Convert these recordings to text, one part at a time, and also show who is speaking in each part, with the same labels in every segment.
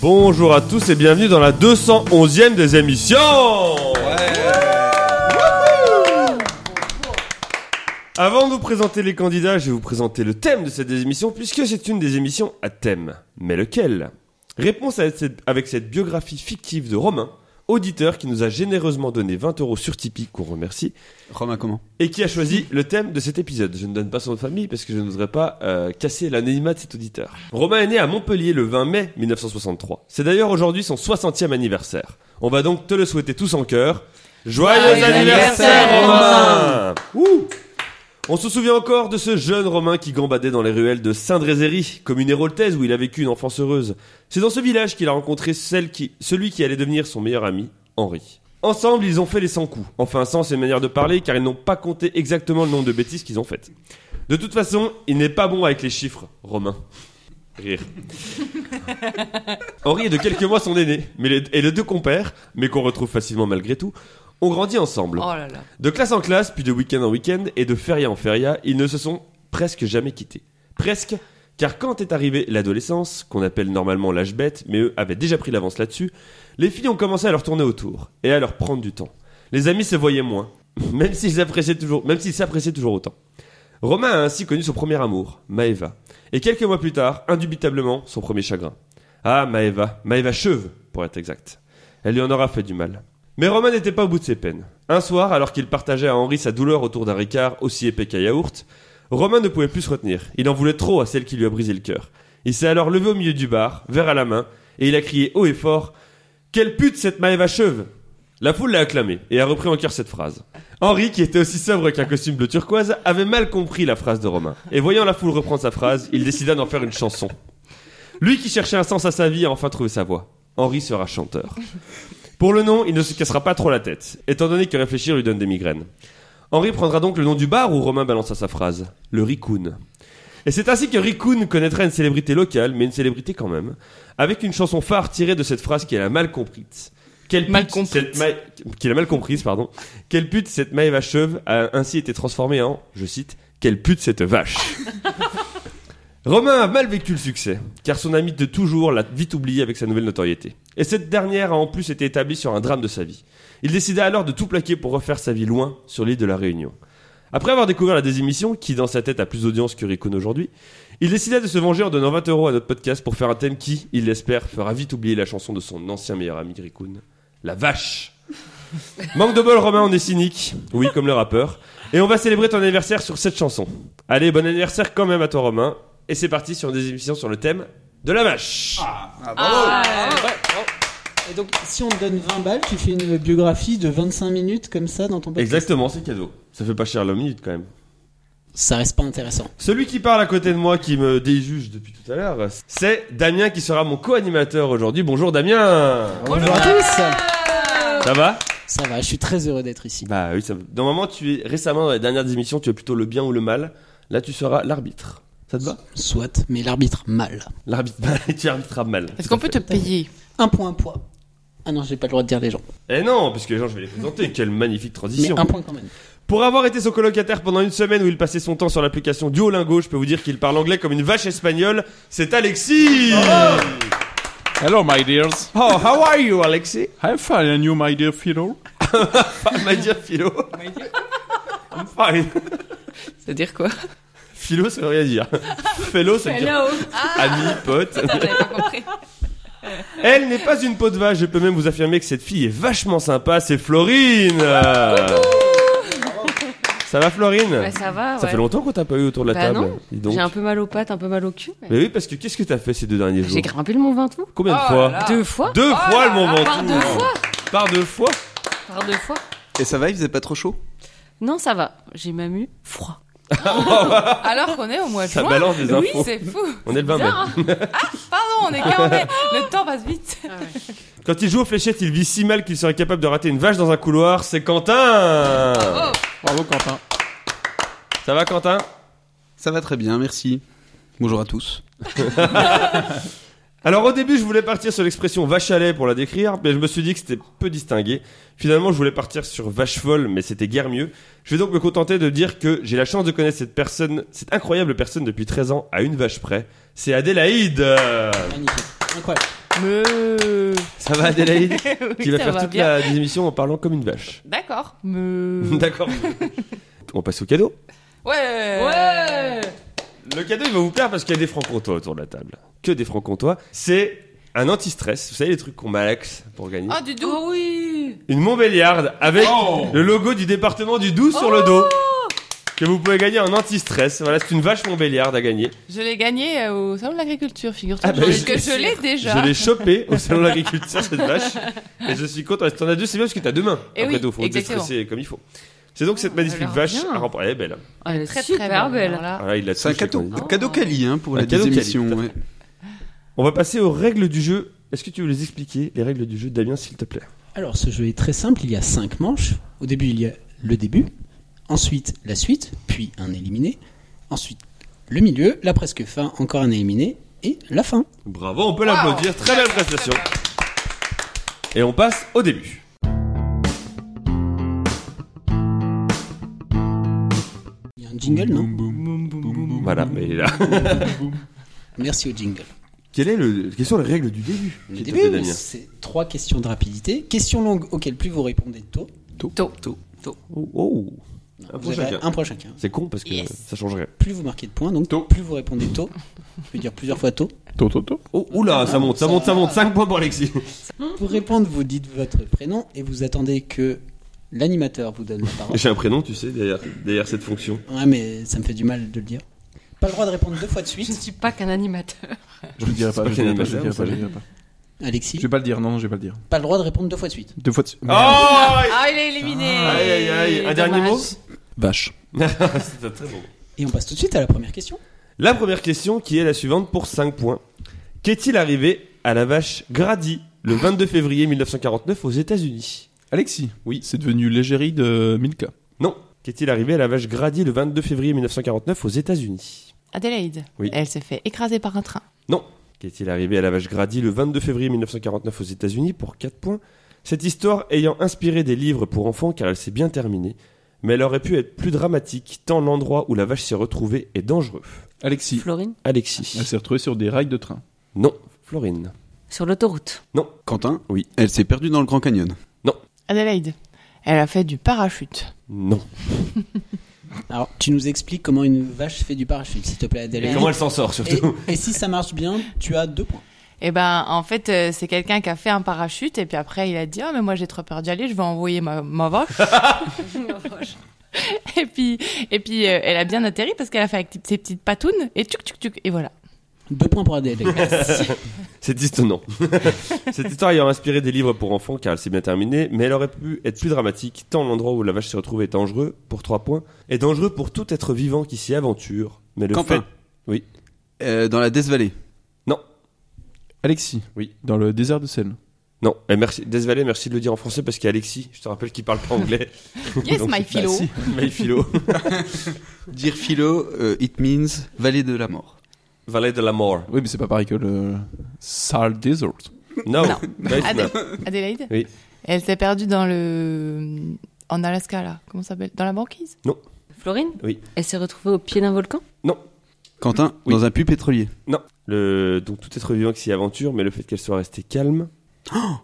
Speaker 1: Bonjour à tous et bienvenue dans la 211e des émissions Avant de vous présenter les candidats, je vais vous présenter le thème de cette émission puisque c'est une des émissions à thème. Mais lequel Réponse avec cette, avec cette biographie fictive de Romain, auditeur qui nous a généreusement donné 20 euros sur Tipeee, qu'on remercie,
Speaker 2: Romain, comment
Speaker 1: et qui a choisi le thème de cet épisode. Je ne donne pas son nom de famille parce que je ne voudrais pas euh, casser l'anonymat de cet auditeur. Romain est né à Montpellier le 20 mai 1963. C'est d'ailleurs aujourd'hui son 60e anniversaire. On va donc te le souhaiter tous en cœur. Joyeux,
Speaker 3: Joyeux
Speaker 1: anniversaire,
Speaker 3: anniversaire,
Speaker 1: Romain Ouh on se souvient encore de ce jeune Romain qui gambadait dans les ruelles de Saint-Drézéry, commune héroltaise où il a vécu une enfance heureuse. C'est dans ce village qu'il a rencontré celle qui, celui qui allait devenir son meilleur ami, Henri. Ensemble, ils ont fait les 100 coups. Enfin, sans ces manières de parler, car ils n'ont pas compté exactement le nombre de bêtises qu'ils ont faites. De toute façon, il n'est pas bon avec les chiffres, Romain. Rire. Henri est de quelques mois son aîné, mais les- et les deux compères, mais qu'on retrouve facilement malgré tout, ont grandi ensemble.
Speaker 3: Oh là là.
Speaker 1: De classe en classe, puis de week-end en week-end, et de feria en feria, ils ne se sont presque jamais quittés. Presque, car quand est arrivée l'adolescence, qu'on appelle normalement l'âge bête, mais eux avaient déjà pris l'avance là-dessus, les filles ont commencé à leur tourner autour, et à leur prendre du temps. Les amis se voyaient moins, même s'ils appréciaient toujours, même s'ils s'appréciaient toujours autant. Romain a ainsi connu son premier amour, Maeva, et quelques mois plus tard, indubitablement, son premier chagrin. Ah, Maeva, Maeva Cheve, pour être exact. Elle lui en aura fait du mal. Mais Romain n'était pas au bout de ses peines. Un soir, alors qu'il partageait à Henri sa douleur autour d'un ricard aussi épais qu'un yaourt, Romain ne pouvait plus se retenir. Il en voulait trop à celle qui lui a brisé le cœur. Il s'est alors levé au milieu du bar, verre à la main, et il a crié haut et fort Quelle pute cette Maëva Cheve La foule l'a acclamé et a repris en cœur cette phrase. Henri, qui était aussi sobre qu'un costume bleu turquoise, avait mal compris la phrase de Romain. Et voyant la foule reprendre sa phrase, il décida d'en faire une chanson. Lui qui cherchait un sens à sa vie a enfin trouvé sa voie. Henri sera chanteur. Pour le nom, il ne se cassera pas trop la tête, étant donné que réfléchir lui donne des migraines. Henri prendra donc le nom du bar où Romain balança sa phrase, le Ricoun. Et c'est ainsi que Ricoun connaîtra une célébrité locale, mais une célébrité quand même, avec une chanson phare tirée de cette phrase qu'elle a mal comprise. Quelle
Speaker 3: Mal
Speaker 1: pute
Speaker 3: comprise.
Speaker 1: cette Ma- qu'il a mal comprise, pardon. Quelle pute cette Maëva Cheuve a ainsi été transformée en, je cite, quelle pute cette vache. Romain a mal vécu le succès, car son ami de toujours l'a vite oublié avec sa nouvelle notoriété. Et cette dernière a en plus été établie sur un drame de sa vie. Il décida alors de tout plaquer pour refaire sa vie loin, sur l'île de la Réunion. Après avoir découvert la désémission, qui dans sa tête a plus d'audience que Ricon aujourd'hui, il décida de se venger en donnant 20 euros à notre podcast pour faire un thème qui, il l'espère, fera vite oublier la chanson de son ancien meilleur ami Riccoon, La Vache. Manque de bol, Romain, on est cynique. Oui, comme le rappeur. Et on va célébrer ton anniversaire sur cette chanson. Allez, bon anniversaire quand même à toi, Romain. Et c'est parti sur des émissions sur le thème de la vache.
Speaker 4: Ah.
Speaker 3: Ah,
Speaker 5: Ah,
Speaker 6: Et donc, si on te donne 20 balles, tu fais une biographie de 25 minutes comme ça dans ton podcast.
Speaker 1: Exactement, c'est cadeau. Ça fait pas cher la minute quand même.
Speaker 6: Ça reste pas intéressant.
Speaker 1: Celui qui parle à côté de moi, qui me déjuge depuis tout à l'heure, c'est Damien qui sera mon co-animateur aujourd'hui. Bonjour Damien
Speaker 6: Bonjour à tous
Speaker 1: Ça va
Speaker 6: Ça va, je suis très heureux d'être ici.
Speaker 1: Bah oui, ça va. Normalement, tu es récemment dans les dernières émissions, tu es plutôt le bien ou le mal. Là, tu seras l'arbitre. Ça te va
Speaker 6: Soit, mais l'arbitre mal.
Speaker 1: L'arbitre, bah, tu arbitreras mal.
Speaker 3: Est-ce qu'on peut te payer
Speaker 6: Un point, un point. Ah non, j'ai pas le droit de dire les gens.
Speaker 1: Eh non, parce que les gens, je vais les présenter. Quelle magnifique
Speaker 6: Mais
Speaker 1: transition.
Speaker 6: un point quand même.
Speaker 1: Pour avoir été son colocataire pendant une semaine où il passait son temps sur l'application Duolingo, je peux vous dire qu'il parle anglais comme une vache espagnole. C'est Alexis
Speaker 3: Oh.
Speaker 2: Hello, my dears.
Speaker 1: Oh, how are you, Alexis
Speaker 2: I'm fine, and you, my dear Philo?
Speaker 1: My dear Philo. I'm fine.
Speaker 3: C'est-à-dire quoi
Speaker 1: Philo, ça veut rien dire. Fellow, ça veut dire ami, pote. Elle n'est pas une peau de vache, je peux même vous affirmer que cette fille est vachement sympa, c'est Florine Ça va Florine
Speaker 3: Ça va,
Speaker 1: Ça fait longtemps qu'on t'a pas eu autour de la
Speaker 3: Bah
Speaker 1: table.
Speaker 3: non,
Speaker 1: dis donc.
Speaker 3: J'ai un peu mal aux pattes, un peu mal au cul. mais-
Speaker 1: Mais oui, parce que qu'est-ce que t'as fait ces deux derniers jours
Speaker 3: J'ai Oh grimpé le Mont Ventoux.
Speaker 1: Combien
Speaker 5: Oh
Speaker 1: de fois
Speaker 3: Deux fois
Speaker 1: Deux fois le moment
Speaker 3: Oh Par deux fois
Speaker 1: Par deux fois
Speaker 3: Par deux fois
Speaker 4: Et ça va, il faisait pas trop chaud
Speaker 3: Non, ça va. J'ai même eu froid.
Speaker 5: Alors qu'on est au mois de
Speaker 1: Ça
Speaker 5: juin.
Speaker 1: balance des
Speaker 5: oui,
Speaker 1: infos.
Speaker 5: c'est fou.
Speaker 1: On est le 20 mai.
Speaker 5: Bizarre, hein. Ah, pardon, on est quand même. Le temps passe vite.
Speaker 3: Ah
Speaker 1: Quand il joue aux fléchettes, il vit si mal qu'il serait capable de rater une vache dans un couloir. C'est Quentin
Speaker 3: Oh.
Speaker 2: Bravo, Quentin.
Speaker 1: Ça va Quentin
Speaker 4: Ça va très bien, merci. Bonjour à tous.
Speaker 1: Alors au début, je voulais partir sur l'expression vache à lait pour la décrire, mais je me suis dit que c'était peu distingué. Finalement, je voulais partir sur vache folle, mais c'était guère mieux. Je vais donc me contenter de dire que j'ai la chance de connaître cette personne, cette incroyable personne depuis 13 ans à une vache près. C'est Adélaïde.
Speaker 6: Magnifique. Incroyable.
Speaker 5: Me.
Speaker 1: Ça va Adélaïde Qui va
Speaker 5: ça
Speaker 1: faire
Speaker 5: va
Speaker 1: toute
Speaker 5: bien.
Speaker 1: la émission en parlant comme une vache.
Speaker 5: D'accord. Me.
Speaker 1: D'accord. On passe au cadeau.
Speaker 5: Ouais.
Speaker 3: Ouais
Speaker 1: Le cadeau, il va vous plaire parce qu'il y a des francs comtois autour de la table. Que des francs comtois. C'est un anti-stress. Vous savez, les trucs qu'on malaxe pour gagner.
Speaker 5: Oh, du doux.
Speaker 3: Oh oui
Speaker 1: Une Montbéliarde avec
Speaker 2: Oh
Speaker 1: le logo du département du Doubs
Speaker 5: Oh.
Speaker 1: sur le dos. Que vous pouvez gagner en anti-stress. Voilà, c'est une vache Montbéliarde à gagner.
Speaker 5: Je l'ai gagné euh, au salon de l'agriculture, figure-toi.
Speaker 1: Ah bah,
Speaker 5: Parce
Speaker 1: je-
Speaker 5: que je l'ai déjà.
Speaker 1: Je l'ai chopée au salon de l'agriculture, cette vache. Et je suis content. Si t'en as deux, c'est bien parce que t'as deux mains.
Speaker 5: Eh
Speaker 1: Après
Speaker 5: oui,
Speaker 1: tout, faut te
Speaker 5: exactement. Oh,
Speaker 1: stresser comme il faut. C'est donc cette magnifique
Speaker 5: alors, Ah.
Speaker 1: vache
Speaker 3: bien.
Speaker 1: à remporter. Elle est belle.
Speaker 3: Ah, Elle est
Speaker 5: très
Speaker 3: super
Speaker 5: très
Speaker 3: belle.
Speaker 5: alors là.
Speaker 1: Voilà, il l'a
Speaker 4: C'est un
Speaker 1: touchée,
Speaker 4: cadeau,
Speaker 1: comme on dit.
Speaker 4: un cadeau Cali hein, pour
Speaker 1: Un
Speaker 4: la
Speaker 1: cadeau
Speaker 4: deuxième
Speaker 1: Cali,
Speaker 4: émission.
Speaker 1: tout à
Speaker 4: ouais.
Speaker 1: On va passer aux règles du jeu. Est-ce que tu veux les expliquer, les règles du jeu, Damien, s'il te plaît
Speaker 6: Alors, ce jeu est très simple. Il y a cinq manches. Au début, il y a le début. Ensuite, la suite. Puis un éliminé. Ensuite, le milieu. La presque fin. Encore un éliminé. Et la fin.
Speaker 1: Bravo, on peut l'applaudir. Très belle prestation. Et on passe au début.
Speaker 6: Il y a un jingle, non
Speaker 1: Voilà, mais il est là.
Speaker 6: Merci au jingle.
Speaker 1: Quelle est le... Quelles sont les règles du début
Speaker 6: Le
Speaker 1: s'il te plaît,
Speaker 6: début,
Speaker 1: Damien
Speaker 6: c'est trois questions de rapidité. Questions longues auxquelles plus vous répondez tôt.
Speaker 5: Tôt.
Speaker 1: Oh, oh.
Speaker 6: Non,
Speaker 1: Un
Speaker 6: Ah, vous
Speaker 1: pour
Speaker 6: avez
Speaker 1: chacun.
Speaker 6: un point chacun.
Speaker 1: C'est con parce que
Speaker 5: Yes.
Speaker 1: ça changerait.
Speaker 6: Plus vous marquez de points, donc
Speaker 2: Tôt.
Speaker 6: plus vous répondez tôt. Je veux dire plusieurs fois tôt.
Speaker 2: Tôt, tôt, tôt.
Speaker 1: Oh, oula, ça monte, ça monte, ça monte. 5 points pour Alexis.
Speaker 6: Pour répondre, vous dites votre prénom et vous attendez que l'animateur vous donne la parole.
Speaker 1: J'ai un prénom, tu sais, derrière, derrière cette fonction.
Speaker 6: Ouais, mais ça me fait du mal de le dire. Pas le droit de répondre deux fois de
Speaker 3: Je ne
Speaker 6: suite.
Speaker 3: suis pas qu'un animateur.
Speaker 2: Je le dirai
Speaker 1: C'est
Speaker 2: pas,
Speaker 1: pas
Speaker 2: je
Speaker 1: qu'il y
Speaker 2: le
Speaker 1: en a
Speaker 2: dirai pas, je le dirai
Speaker 1: pas,
Speaker 2: pas, je le dirai pas.
Speaker 6: Alexis,
Speaker 2: Je vais pas le dire, non, non, je vais pas le dire.
Speaker 6: pas le droit de répondre deux fois de suite.
Speaker 2: Deux fois de suite.
Speaker 1: Oh Aïe,
Speaker 5: Ah, il est éliminé.
Speaker 1: aïe, aïe. Un dernier mot
Speaker 5: Dommage.
Speaker 4: Vache.
Speaker 1: C'était très bon.
Speaker 6: Et on passe tout de suite à la première question.
Speaker 1: La première question qui est la suivante pour 5 points. Qu'est-il arrivé à la vache Grady le 22 février 1949 aux États-Unis
Speaker 2: Alexis,
Speaker 1: Oui.
Speaker 2: c'est devenu l'égérie de Milka.
Speaker 1: Non. Qu'est-il arrivé à la vache Grady le 22 février 1949 aux États-Unis
Speaker 5: Adélaïde.
Speaker 1: Oui.
Speaker 5: Elle s'est fait écraser par un train.
Speaker 1: Non. Qu'est-il arrivé à la vache Grady le 22 février 1949 aux États-Unis pour 4 points Cette histoire ayant inspiré des livres pour enfants car elle s'est bien terminée, mais elle aurait pu être plus dramatique tant l'endroit où la vache s'est retrouvée est dangereux.
Speaker 2: Alexis,
Speaker 3: Florine
Speaker 1: Alexis.
Speaker 2: elle s'est retrouvée sur des rails de train.
Speaker 1: Non. Florine.
Speaker 3: Sur l'autoroute.
Speaker 4: Quentin
Speaker 1: Oui.
Speaker 4: Elle s'est perdue dans le Grand Canyon.
Speaker 5: Adélaïde. Elle a fait du parachute.
Speaker 1: Non.
Speaker 6: Alors, tu nous expliques comment une vache fait du parachute, s'il te plaît, Adèle.
Speaker 1: Et comment elle s'en sort
Speaker 6: Et,
Speaker 1: surtout
Speaker 6: et si ça marche bien, tu as deux points.
Speaker 5: Eh ben, en fait, euh, c'est quelqu'un qui a fait un parachute et puis après, il a dit, ah, mais moi, j'ai trop peur d'y aller, je vais envoyer ma, ma vache. et puis, et puis, euh, elle a bien atterri parce qu'elle a fait avec t- ses petites patounes et tuc, tuc, tuc. Et voilà.
Speaker 6: Deux points pour Adèle.
Speaker 1: C'est dissonant. Cette histoire ayant inspiré des livres pour enfants car elle s'est bien terminée, mais elle aurait pu être plus dramatique tant l'endroit où la vache s'est retrouvée est dangereux pour 3 points, est dangereux pour tout être vivant qui s'y aventure. Mais le
Speaker 4: Quentin.
Speaker 1: fait... Oui.
Speaker 4: Euh, dans la Death Valley.
Speaker 2: Alexis,
Speaker 1: Oui.
Speaker 2: dans le désert de Seine.
Speaker 1: Non, et merci, Death Valley, merci de le dire en français parce qu'il y a Alexis, je te rappelle qu'il parle pas anglais.
Speaker 5: Yes,
Speaker 1: Donc,
Speaker 5: my philo.
Speaker 1: bah, si, my philo.
Speaker 4: Dire philo, euh, it means vallée de la mort.
Speaker 1: Valley de la mort.
Speaker 2: Oui, mais c'est pas pareil que le Sal Desert.
Speaker 1: No.
Speaker 5: Non.
Speaker 1: Nice
Speaker 5: Adé-
Speaker 1: map.
Speaker 5: Adélaïde?
Speaker 1: Oui.
Speaker 5: Elle s'est perdue dans le, en Alaska, là. Comment ça s'appelle? Dans la banquise?
Speaker 3: Florine
Speaker 1: Oui.
Speaker 3: Elle s'est retrouvée au pied d'un volcan
Speaker 4: Quentin,
Speaker 1: Oui.
Speaker 4: dans un puits pétrolier.
Speaker 1: Non. Le, donc tout être vivant qui s'y aventure, mais le fait qu'elle soit restée calme. Ah,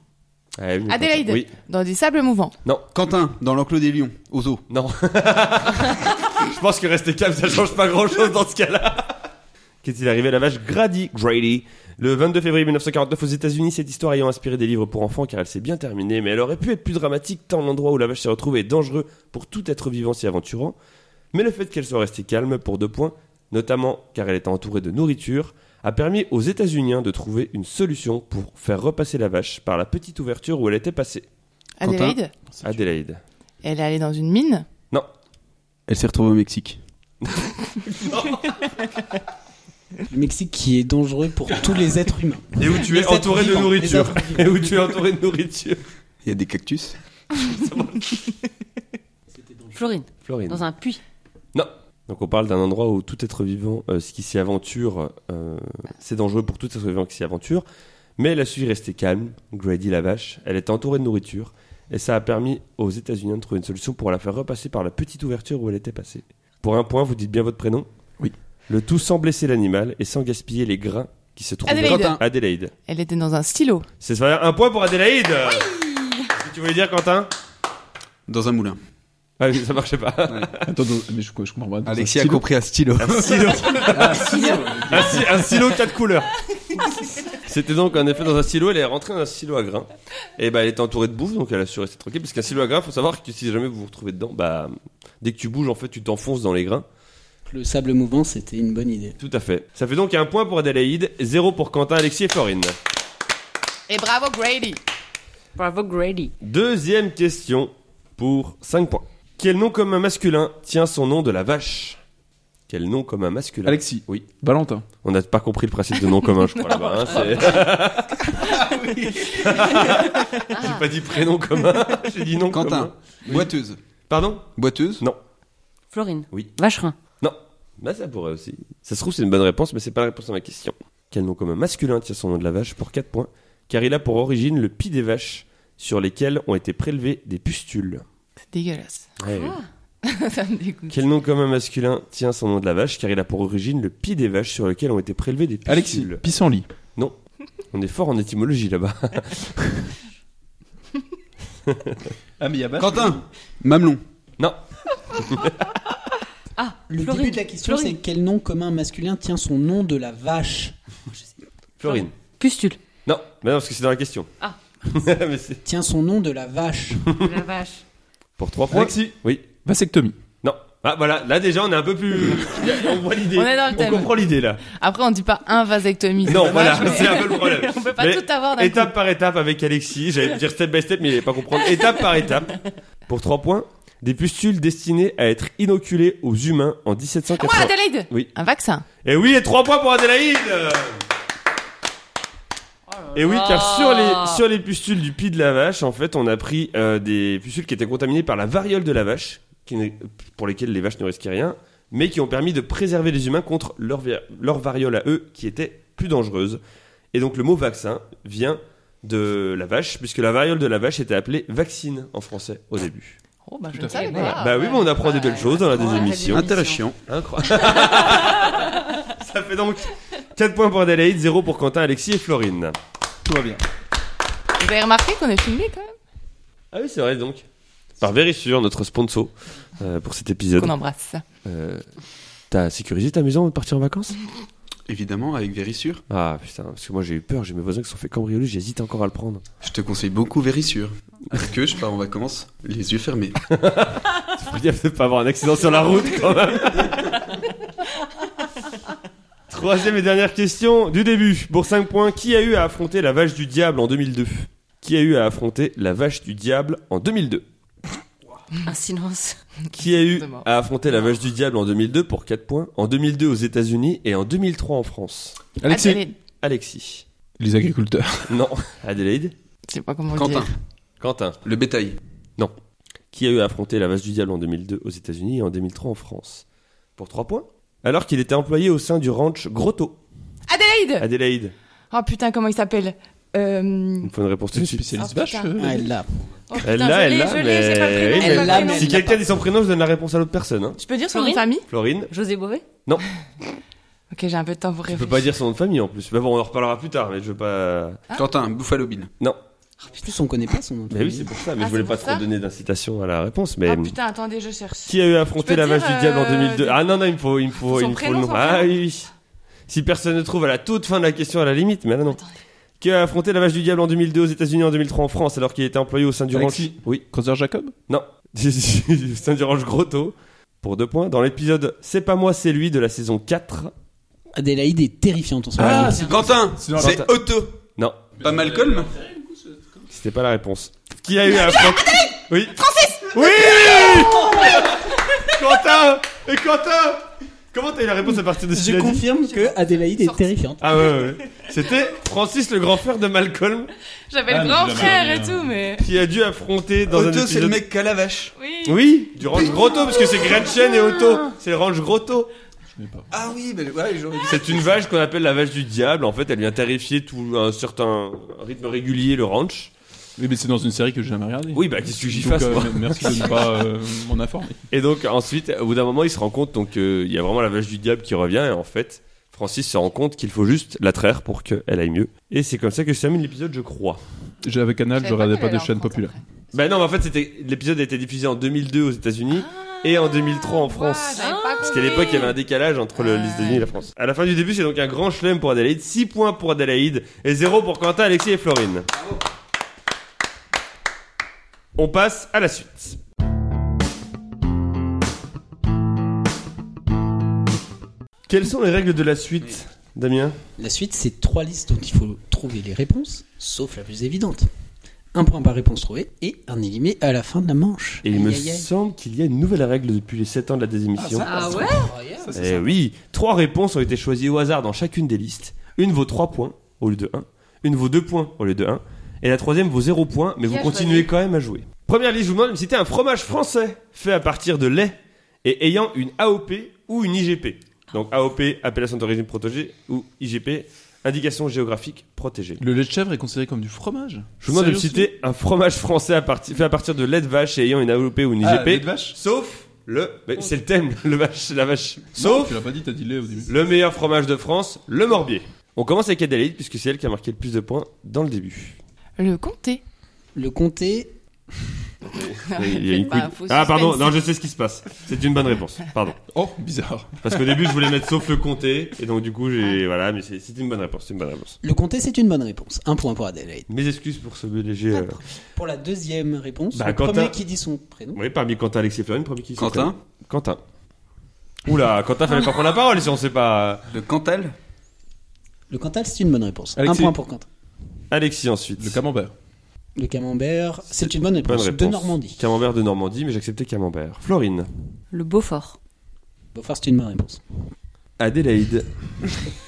Speaker 1: oui,
Speaker 5: Oh Adélaïde.
Speaker 1: Oui.
Speaker 5: Dans des sables mouvants.
Speaker 4: Quentin, dans l'enclos des lions, aux eaux.
Speaker 1: Non. je pense que rester calme, ça change pas grand chose dans ce cas-là. Qu'est-il arrivé à la vache Grady Grady Le 22 février 1949 aux États-Unis, cette histoire ayant inspiré des livres pour enfants car elle s'est bien terminée, mais elle aurait pu être plus dramatique tant l'endroit où la vache s'est retrouvée est dangereux pour tout être vivant s'y aventurant. Mais le fait qu'elle soit restée calme pour deux points, notamment car elle était entourée de nourriture, a permis aux États-Unis de trouver une solution pour faire repasser la vache par la petite ouverture où elle était passée.
Speaker 4: Quentin.
Speaker 5: Adélaïde?
Speaker 1: Adélaïde.
Speaker 5: Elle est allée dans une mine.
Speaker 4: Elle s'est retrouvée au Mexique.
Speaker 6: Le Mexique qui est dangereux pour tous les êtres humains.
Speaker 1: Et où tu
Speaker 6: Les
Speaker 1: es
Speaker 6: êtres
Speaker 1: entouré de
Speaker 6: vivants, les
Speaker 1: nourriture.
Speaker 6: êtres vivants.
Speaker 1: Et où tu es entouré de nourriture.
Speaker 4: Il y a des cactus.
Speaker 3: Florine,
Speaker 1: Florine.
Speaker 3: dans un puits.
Speaker 1: Donc on parle d'un endroit où tout être vivant, euh, ce qui s'y aventure, euh, c'est dangereux pour tout être vivant qui s'y aventure. Mais elle a su rester calme, Grady la vache, elle était entourée de nourriture, et ça a permis aux États-Unis de trouver une solution pour la faire repasser par la petite ouverture où elle était passée. Pour un point, vous dites bien votre prénom
Speaker 2: Oui.
Speaker 1: Le tout sans blesser l'animal et sans gaspiller les grains qui se trouve
Speaker 5: Adélaïde.
Speaker 1: à Adélaïde.
Speaker 5: Elle était dans un stylo.
Speaker 1: C'est ça, un point pour Adélaïde. Qu'est-ce que tu voulais dire, Quentin
Speaker 4: Dans un moulin.
Speaker 1: Ah oui, ça marchait pas.
Speaker 2: Attends, non, mais je, je comprends pas. Dans un
Speaker 4: Alexis a
Speaker 2: stylo.
Speaker 4: compris un stylo.
Speaker 1: Un silo. un, si- un silo quatre couleurs. C'était donc en effet dans un silo, elle est rentrée dans un silo à grains. Et bah elle était entourée de bouffe, donc elle a su rester tranquille. Parce qu'un silo à grains, faut savoir que si jamais vous vous retrouvez dedans, bah dès que tu bouges, en fait, tu t'enfonces dans les grains.
Speaker 6: Le sable mouvant, c'était une bonne idée.
Speaker 1: Tout à fait. Ça fait donc un point pour Adélaïde, zéro pour Quentin, Alexis et Florine.
Speaker 5: Et bravo Grady.
Speaker 3: Bravo Grady.
Speaker 1: Deuxième question pour 5 points. Quel nom commun masculin tient son nom de la vache Quel nom commun masculin
Speaker 2: Alexis.
Speaker 1: Oui.
Speaker 2: Valentin.
Speaker 1: On n'a pas compris le principe de nom commun, je crois, là-bas. hein, c'est- j'ai pas dit prénom commun, j'ai dit nom commun.
Speaker 4: Quentin, boiteuse.
Speaker 1: Pardon
Speaker 4: Boiteuse
Speaker 1: Non.
Speaker 3: Florine.
Speaker 1: Oui.
Speaker 3: Vacherin.
Speaker 1: Bah, ça pourrait aussi. Ça se trouve, c'est une bonne réponse, mais c'est pas la réponse à ma question. Quel nom commun masculin tient son nom de la vache pour 4 points Car il a pour origine le pis des vaches sur lesquels ont été prélevés des pustules.
Speaker 5: C'est dégueulasse.
Speaker 1: Ouais, oui.
Speaker 5: ça me dégoûte.
Speaker 1: Quel nom commun masculin tient son nom de la vache car il a pour origine le pis des vaches sur lequel ont été prélevés des pustules
Speaker 2: Alexis. Pissenlit.
Speaker 1: On est fort en étymologie là-bas.
Speaker 2: Ah, mais il y a pas.
Speaker 4: Quentin, mamelon.
Speaker 1: Non,
Speaker 3: Ah,
Speaker 6: Le
Speaker 3: Florine.
Speaker 6: début de la question, c'est
Speaker 3: Florine.
Speaker 6: quel nom commun masculin tient son nom de la vache
Speaker 1: Florine.
Speaker 3: Pustule.
Speaker 1: Non, mais non, parce que c'est dans la question.
Speaker 3: Ah.
Speaker 1: Mais c'est-
Speaker 6: Tient son nom de la vache.
Speaker 3: La vache.
Speaker 1: Pour 3 points.
Speaker 2: Alexis.
Speaker 1: Oui.
Speaker 2: Vasectomie.
Speaker 1: Non. Ah voilà, là déjà on est un peu plus. on voit l'idée.
Speaker 5: On est dans le thème.
Speaker 1: comprend l'idée là.
Speaker 5: Après, on dit pas un vasectomie.
Speaker 1: Non,
Speaker 5: c'est
Speaker 1: voilà,
Speaker 5: dommage, mais-
Speaker 1: c'est un peu le problème.
Speaker 5: On peut pas
Speaker 1: Mais
Speaker 5: tout avoir d'un
Speaker 1: Étape par étape avec Alexis, j'allais dire step by step, mais il n'allait pas comprendre. Étape par étape. Pour 3 points, des pustules destinées à être inoculées aux humains en
Speaker 5: coup. Moi,
Speaker 1: 1780.
Speaker 5: Adélaïde
Speaker 1: Oui.
Speaker 5: Un vaccin.
Speaker 1: Et oui, et 3 points pour Adélaïde Et oui, car sur les, sur les pustules du pied de la vache, en fait, on a pris euh, des pustules qui étaient contaminées par la variole de la vache, qui n'est- pour lesquelles les vaches ne risquaient rien, mais qui ont permis de préserver les humains contre leur, vi- leur variole à eux, qui était plus dangereuse. Et donc le mot vaccin vient de la vache, puisque la variole de la vache était appelée vaccine en français au début.
Speaker 5: Oh, bah, je
Speaker 2: Tout
Speaker 5: ne
Speaker 2: à fait.
Speaker 5: savais
Speaker 2: Voilà.
Speaker 5: pas.
Speaker 1: bah oui,
Speaker 5: Ouais.
Speaker 1: mais on apprend des
Speaker 5: Ouais.
Speaker 1: belles choses, on a des
Speaker 3: Ah, Ouais,
Speaker 1: émissions.
Speaker 4: Intéressant.
Speaker 1: Incroyable. Ça fait donc 4 points pour Adélaïde, 0 pour Quentin, Alexis et Florine.
Speaker 2: Tout va bien.
Speaker 5: Vous avez remarqué qu'on est filmé quand même
Speaker 1: Ah oui, c'est vrai donc. Par Vérissure, notre sponsor euh, pour cet épisode.
Speaker 5: Qu'on embrasse.
Speaker 1: Euh, T'as sécurisé ta maison avant de partir en vacances
Speaker 4: Évidemment, avec Vérissure.
Speaker 1: Ah putain, parce que moi j'ai eu peur, j'ai mes voisins qui se sont fait cambrioler, j'hésite encore à le prendre.
Speaker 4: Je te conseille beaucoup Vérissure. Parce que je pars en vacances, les yeux fermés.
Speaker 1: Faut dire de pas avoir un accident sur la route quand même. Troisième et dernière question du début. Pour 5 points, qui a eu à affronter la vache du diable en 2002 Qui a eu à affronter la vache du diable en 2002
Speaker 3: Un silence.
Speaker 1: Qui a eu
Speaker 5: De mort.
Speaker 1: à affronter la vache du diable en 2002 pour 4 points En 2002 aux États-Unis et en 2003 en France
Speaker 2: Alexis.
Speaker 5: Adélaïde.
Speaker 1: Alexis.
Speaker 2: Les agriculteurs.
Speaker 1: Non. Adélaïde.
Speaker 5: Je sais pas comment le
Speaker 4: Quentin,
Speaker 5: dire.
Speaker 1: Quentin.
Speaker 4: le bétail.
Speaker 1: qui a eu à affronter la vache du diable en 2002 aux États-Unis et en 2003 en France. Pour 3 points. Alors qu'il était employé au sein du ranch Grotto,
Speaker 5: Adélaïde
Speaker 1: Adélaïde.
Speaker 5: Oh putain, comment il s'appelle Euh,
Speaker 1: Il me faut une réponse tout de
Speaker 2: Une
Speaker 1: suite.
Speaker 2: spécialiste
Speaker 5: Ah,
Speaker 2: vache.
Speaker 5: putain.
Speaker 2: euh,
Speaker 6: Ah, elle l'a.
Speaker 5: oh, putain,
Speaker 1: Elle
Speaker 5: je
Speaker 1: l'a, elle
Speaker 5: l'ai,
Speaker 1: l'a,
Speaker 5: je l'ai, j'ai pas le
Speaker 1: mais-
Speaker 5: prénom, j'ai
Speaker 6: Elle
Speaker 5: pas le
Speaker 6: l'a,
Speaker 5: prénom.
Speaker 6: mais-
Speaker 1: Si quelqu'un dit son prénom, je donne la réponse à l'autre personne. Hein.
Speaker 5: Je peux dire son nom de
Speaker 3: Florine
Speaker 5: famille
Speaker 1: Florine.
Speaker 3: José Bové
Speaker 5: Ok, j'ai un peu de temps pour
Speaker 1: Je peux
Speaker 5: réfléchir.
Speaker 1: pas dire son nom de famille en plus. Mais bon, on en reparlera plus tard, mais je veux pas.
Speaker 4: Quentin, Buffalo Bill.
Speaker 6: En plus, on connaît pas son nom. de
Speaker 1: Mais oui,
Speaker 6: famille.
Speaker 1: c'est pour ça, mais
Speaker 5: Ah,
Speaker 1: je voulais
Speaker 5: c'est
Speaker 1: pas
Speaker 5: pour
Speaker 1: trop
Speaker 5: ça
Speaker 1: donner d'incitation à la réponse. Mais
Speaker 5: Ah putain, attendez, je cherche.
Speaker 1: qui a eu à affronter
Speaker 5: Je
Speaker 1: la
Speaker 5: peux
Speaker 1: vache
Speaker 5: dire,
Speaker 1: du diable en
Speaker 5: euh,
Speaker 1: 2002
Speaker 5: des-
Speaker 1: Ah non, non, il me faut, il me faut,
Speaker 5: Son
Speaker 1: il me faut le
Speaker 5: prénom,
Speaker 1: nom.
Speaker 5: son
Speaker 1: Ah
Speaker 5: prénom.
Speaker 1: oui, oui. Si personne ne trouve à la toute fin de la question, à la limite, mais là non. Qui a affronté la vache du diable en 2002 aux États-Unis et en 2003 en France alors qu'il était employé au sein du ranch.
Speaker 2: Alexis.
Speaker 1: Oui.
Speaker 2: Crozer Jacob.
Speaker 1: Non. au sein du ranch Grotto. Pour deux points, dans l'épisode C'est pas moi, c'est lui de la saison 4.
Speaker 6: Adélaïde est terrifiante en ce
Speaker 1: Ah,
Speaker 6: moment.
Speaker 4: Quentin,
Speaker 2: Ah, c'est dans-
Speaker 4: c'est Otto.
Speaker 1: Non,
Speaker 4: Pas Malcolm
Speaker 1: c'était pas la réponse. Qui a eu à affronter. Oui. Francis Oui
Speaker 5: Oh.
Speaker 1: Quentin Et Quentin Comment t'as eu la réponse à partir de ce
Speaker 6: Je
Speaker 1: qu'il a dit
Speaker 6: confirme que Adélaïde est terrifiante.
Speaker 1: Ah ouais, ouais. ouais. C'était Francis, le grand frère de Malcolm,
Speaker 5: J'avais
Speaker 2: Ah,
Speaker 5: le
Speaker 2: mais
Speaker 5: grand
Speaker 2: je l'avais
Speaker 5: frère et
Speaker 2: dit,
Speaker 5: tout, mais.
Speaker 1: qui a dû affronter dans un
Speaker 4: Otto,
Speaker 1: épisode.
Speaker 4: c'est le mec qui a la vache.
Speaker 5: Oui.
Speaker 1: Oui, du ranch Grotto, parce que c'est Gretchen et Otto. C'est le ranch Grotto.
Speaker 4: Ah oui, mais ouais, j'aurais dit.
Speaker 1: C'est une vache qu'on appelle la vache du diable. En fait, elle vient terrifier tout un certain rythme régulier, le ranch.
Speaker 2: Oui, mais c'est dans une série que j'ai jamais regardée.
Speaker 1: Oui, bah, qu'est-ce que j'y
Speaker 2: Donc,
Speaker 1: fasse,
Speaker 2: euh,
Speaker 1: moi
Speaker 2: Merci de ne pas euh, m'en informer.
Speaker 1: Et donc, ensuite, au bout d'un moment, il se rend compte donc euh, il y a vraiment la vache du diable qui revient. Et en fait, Francis se rend compte qu'il faut juste la traire pour qu'elle aille mieux. Et c'est comme ça que se termine l'épisode, je crois.
Speaker 2: J'avais Canal,
Speaker 5: savais
Speaker 2: je regardais
Speaker 5: qu'elle
Speaker 2: pas
Speaker 5: allait
Speaker 2: de
Speaker 5: en
Speaker 2: chaînes
Speaker 5: France
Speaker 2: populaires.
Speaker 5: après.
Speaker 1: Bah non, mais en fait, c'était l'épisode a été diffusé en 2002 aux États-Unis
Speaker 6: Ah.
Speaker 1: et en 2003 en France.
Speaker 5: Ah, j'avais pas
Speaker 1: Parce qu'à l'époque, il y avait un
Speaker 5: compris.
Speaker 1: décalage entre le, les
Speaker 5: Ouais.
Speaker 1: États-Unis et la France. À la fin du début, c'est donc un grand chelem pour Adélaïde, 6 points pour Adélaïde et 0 pour Quentin, Alexis et Florine. On passe à la suite. Quelles sont les règles de la suite, Damien
Speaker 6: La suite, c'est trois listes dont il faut trouver les réponses, sauf la plus évidente. Un point par réponse trouvée et un éliminé à la fin de la manche.
Speaker 1: Et il me
Speaker 6: Aïe, aïe, aïe.
Speaker 1: semble qu'il y a une nouvelle règle depuis les 7 ans de la désémission.
Speaker 3: Ah ouais
Speaker 1: Eh oui, trois réponses ont été choisies au hasard dans chacune des listes. Une vaut 3 points au lieu de 1, une vaut 2 points au lieu de 1, et la troisième vaut 0 points, mais
Speaker 3: Qui
Speaker 1: vous
Speaker 3: a
Speaker 1: continuez
Speaker 3: choisi
Speaker 1: quand même à jouer. Première liste, je vous demande de me citer un fromage français fait à partir de lait et ayant une AOP ou une IGP. Donc AOP, appellation d'origine protégée, ou IGP, indication géographique protégée.
Speaker 2: Le lait de chèvre est considéré comme du fromage
Speaker 1: Je vous demande de me
Speaker 2: Sérieusement
Speaker 1: citer un fromage français à parti- fait à partir de lait de vache et ayant une AOP ou une
Speaker 2: Ah,
Speaker 1: IGP.
Speaker 2: lait de vache
Speaker 1: Sauf le... mais C'est le thème, le vache, la vache.
Speaker 2: Non,
Speaker 1: Sauf...
Speaker 2: Tu l'as pas dit, t'as dit lait au début.
Speaker 1: Le meilleur fromage de France, le Morbier. On commence avec Adélaïde puisque c'est elle qui a marqué le plus de points dans le début.
Speaker 5: Le comté.
Speaker 6: Le comté,
Speaker 1: Il y a une
Speaker 5: Faites pas
Speaker 1: couille-
Speaker 5: un faux
Speaker 1: Ah
Speaker 5: suspense.
Speaker 1: pardon, non je sais ce qui se passe. C'est une bonne réponse. Pardon.
Speaker 2: Oh, bizarre.
Speaker 1: Parce qu'au début je voulais mettre sauf le comté et donc du coup j'ai voilà mais c'est c'est une bonne réponse, c'est une bonne réponse.
Speaker 6: le comté, c'est une bonne réponse. Un point pour Adélaïde.
Speaker 1: Mes excuses pour ce léger. euh,
Speaker 6: Pour la deuxième réponse,
Speaker 1: Bah,
Speaker 6: le
Speaker 1: Quentin-
Speaker 6: premier qui dit son prénom.
Speaker 1: Oui parmi Quentin, Alexis et Florine, parmi qui ils sont
Speaker 4: Quentin
Speaker 1: prêts. Quentin. Oula, Quentin fallait pas prendre la parole si on sait pas.
Speaker 4: Le Cantal
Speaker 6: Le Cantal, c'est une bonne réponse. Un
Speaker 2: Alexis.
Speaker 6: point pour Quentin.
Speaker 1: Alexis ensuite.
Speaker 2: Le camembert.
Speaker 6: Le camembert, c'est une bonne
Speaker 1: Bonne
Speaker 6: réponse.
Speaker 1: réponse.
Speaker 6: De Normandie.
Speaker 1: Camembert de Normandie mais j'acceptais Camembert. Florine.
Speaker 3: Le Beaufort.
Speaker 6: Beaufort, c'est une bonne réponse.
Speaker 1: Adélaïde.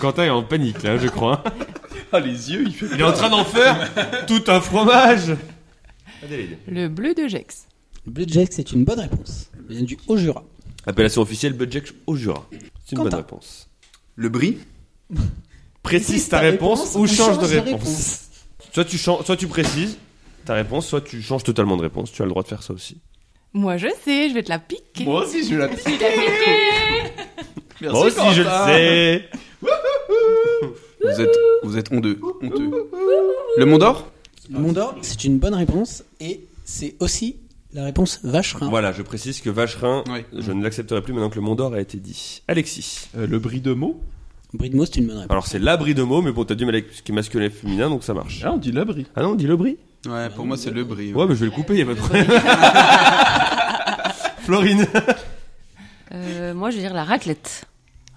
Speaker 1: Quentin est en panique là, je crois.
Speaker 2: Ah, les yeux, il fait.
Speaker 1: Il est en train d'en faire tout un fromage
Speaker 5: Le bleu de Gex.
Speaker 6: Le Budget, c'est une bonne réponse. Il vient du Haut-Jura.
Speaker 1: Appellation officielle Budget au Jura. C'est une
Speaker 6: Quentin.
Speaker 1: bonne réponse.
Speaker 4: Le Brie
Speaker 1: Précise ta réponse ou change de réponse. Soit tu, chan- soit tu précises ta réponse, soit tu changes totalement de réponse. Tu as le droit de faire ça aussi.
Speaker 5: Moi, je sais, je vais te la piquer.
Speaker 2: Moi aussi, je vais la piquer. Merci,
Speaker 1: Moi aussi, je le
Speaker 2: Quentin.
Speaker 1: sais.
Speaker 4: Vous êtes, vous êtes honteux. honteux. Le Mont d'Or
Speaker 6: Le Mont d'Or, c'est une bonne réponse. Et c'est aussi la réponse Vacherin.
Speaker 1: Voilà, je précise que Vacherin,
Speaker 4: Ouais.
Speaker 1: je ne l'accepterai plus maintenant que le Mont d'Or a été dit. Alexis.
Speaker 2: Euh, le brie de mots
Speaker 6: Bridemo, c'est une bonne réponse.
Speaker 1: Alors c'est l'abri de mots, mais bon, t'as dit mal- ce qui est masculin et féminin, donc ça marche.
Speaker 2: Ah, on dit le brie.
Speaker 1: Ah non, dis le bris.
Speaker 4: Ouais, pour moi, c'est le Brie.
Speaker 1: Ouais, mais je vais le couper, il y a pas de problème. Florine.
Speaker 3: Euh, moi, je vais dire la raclette.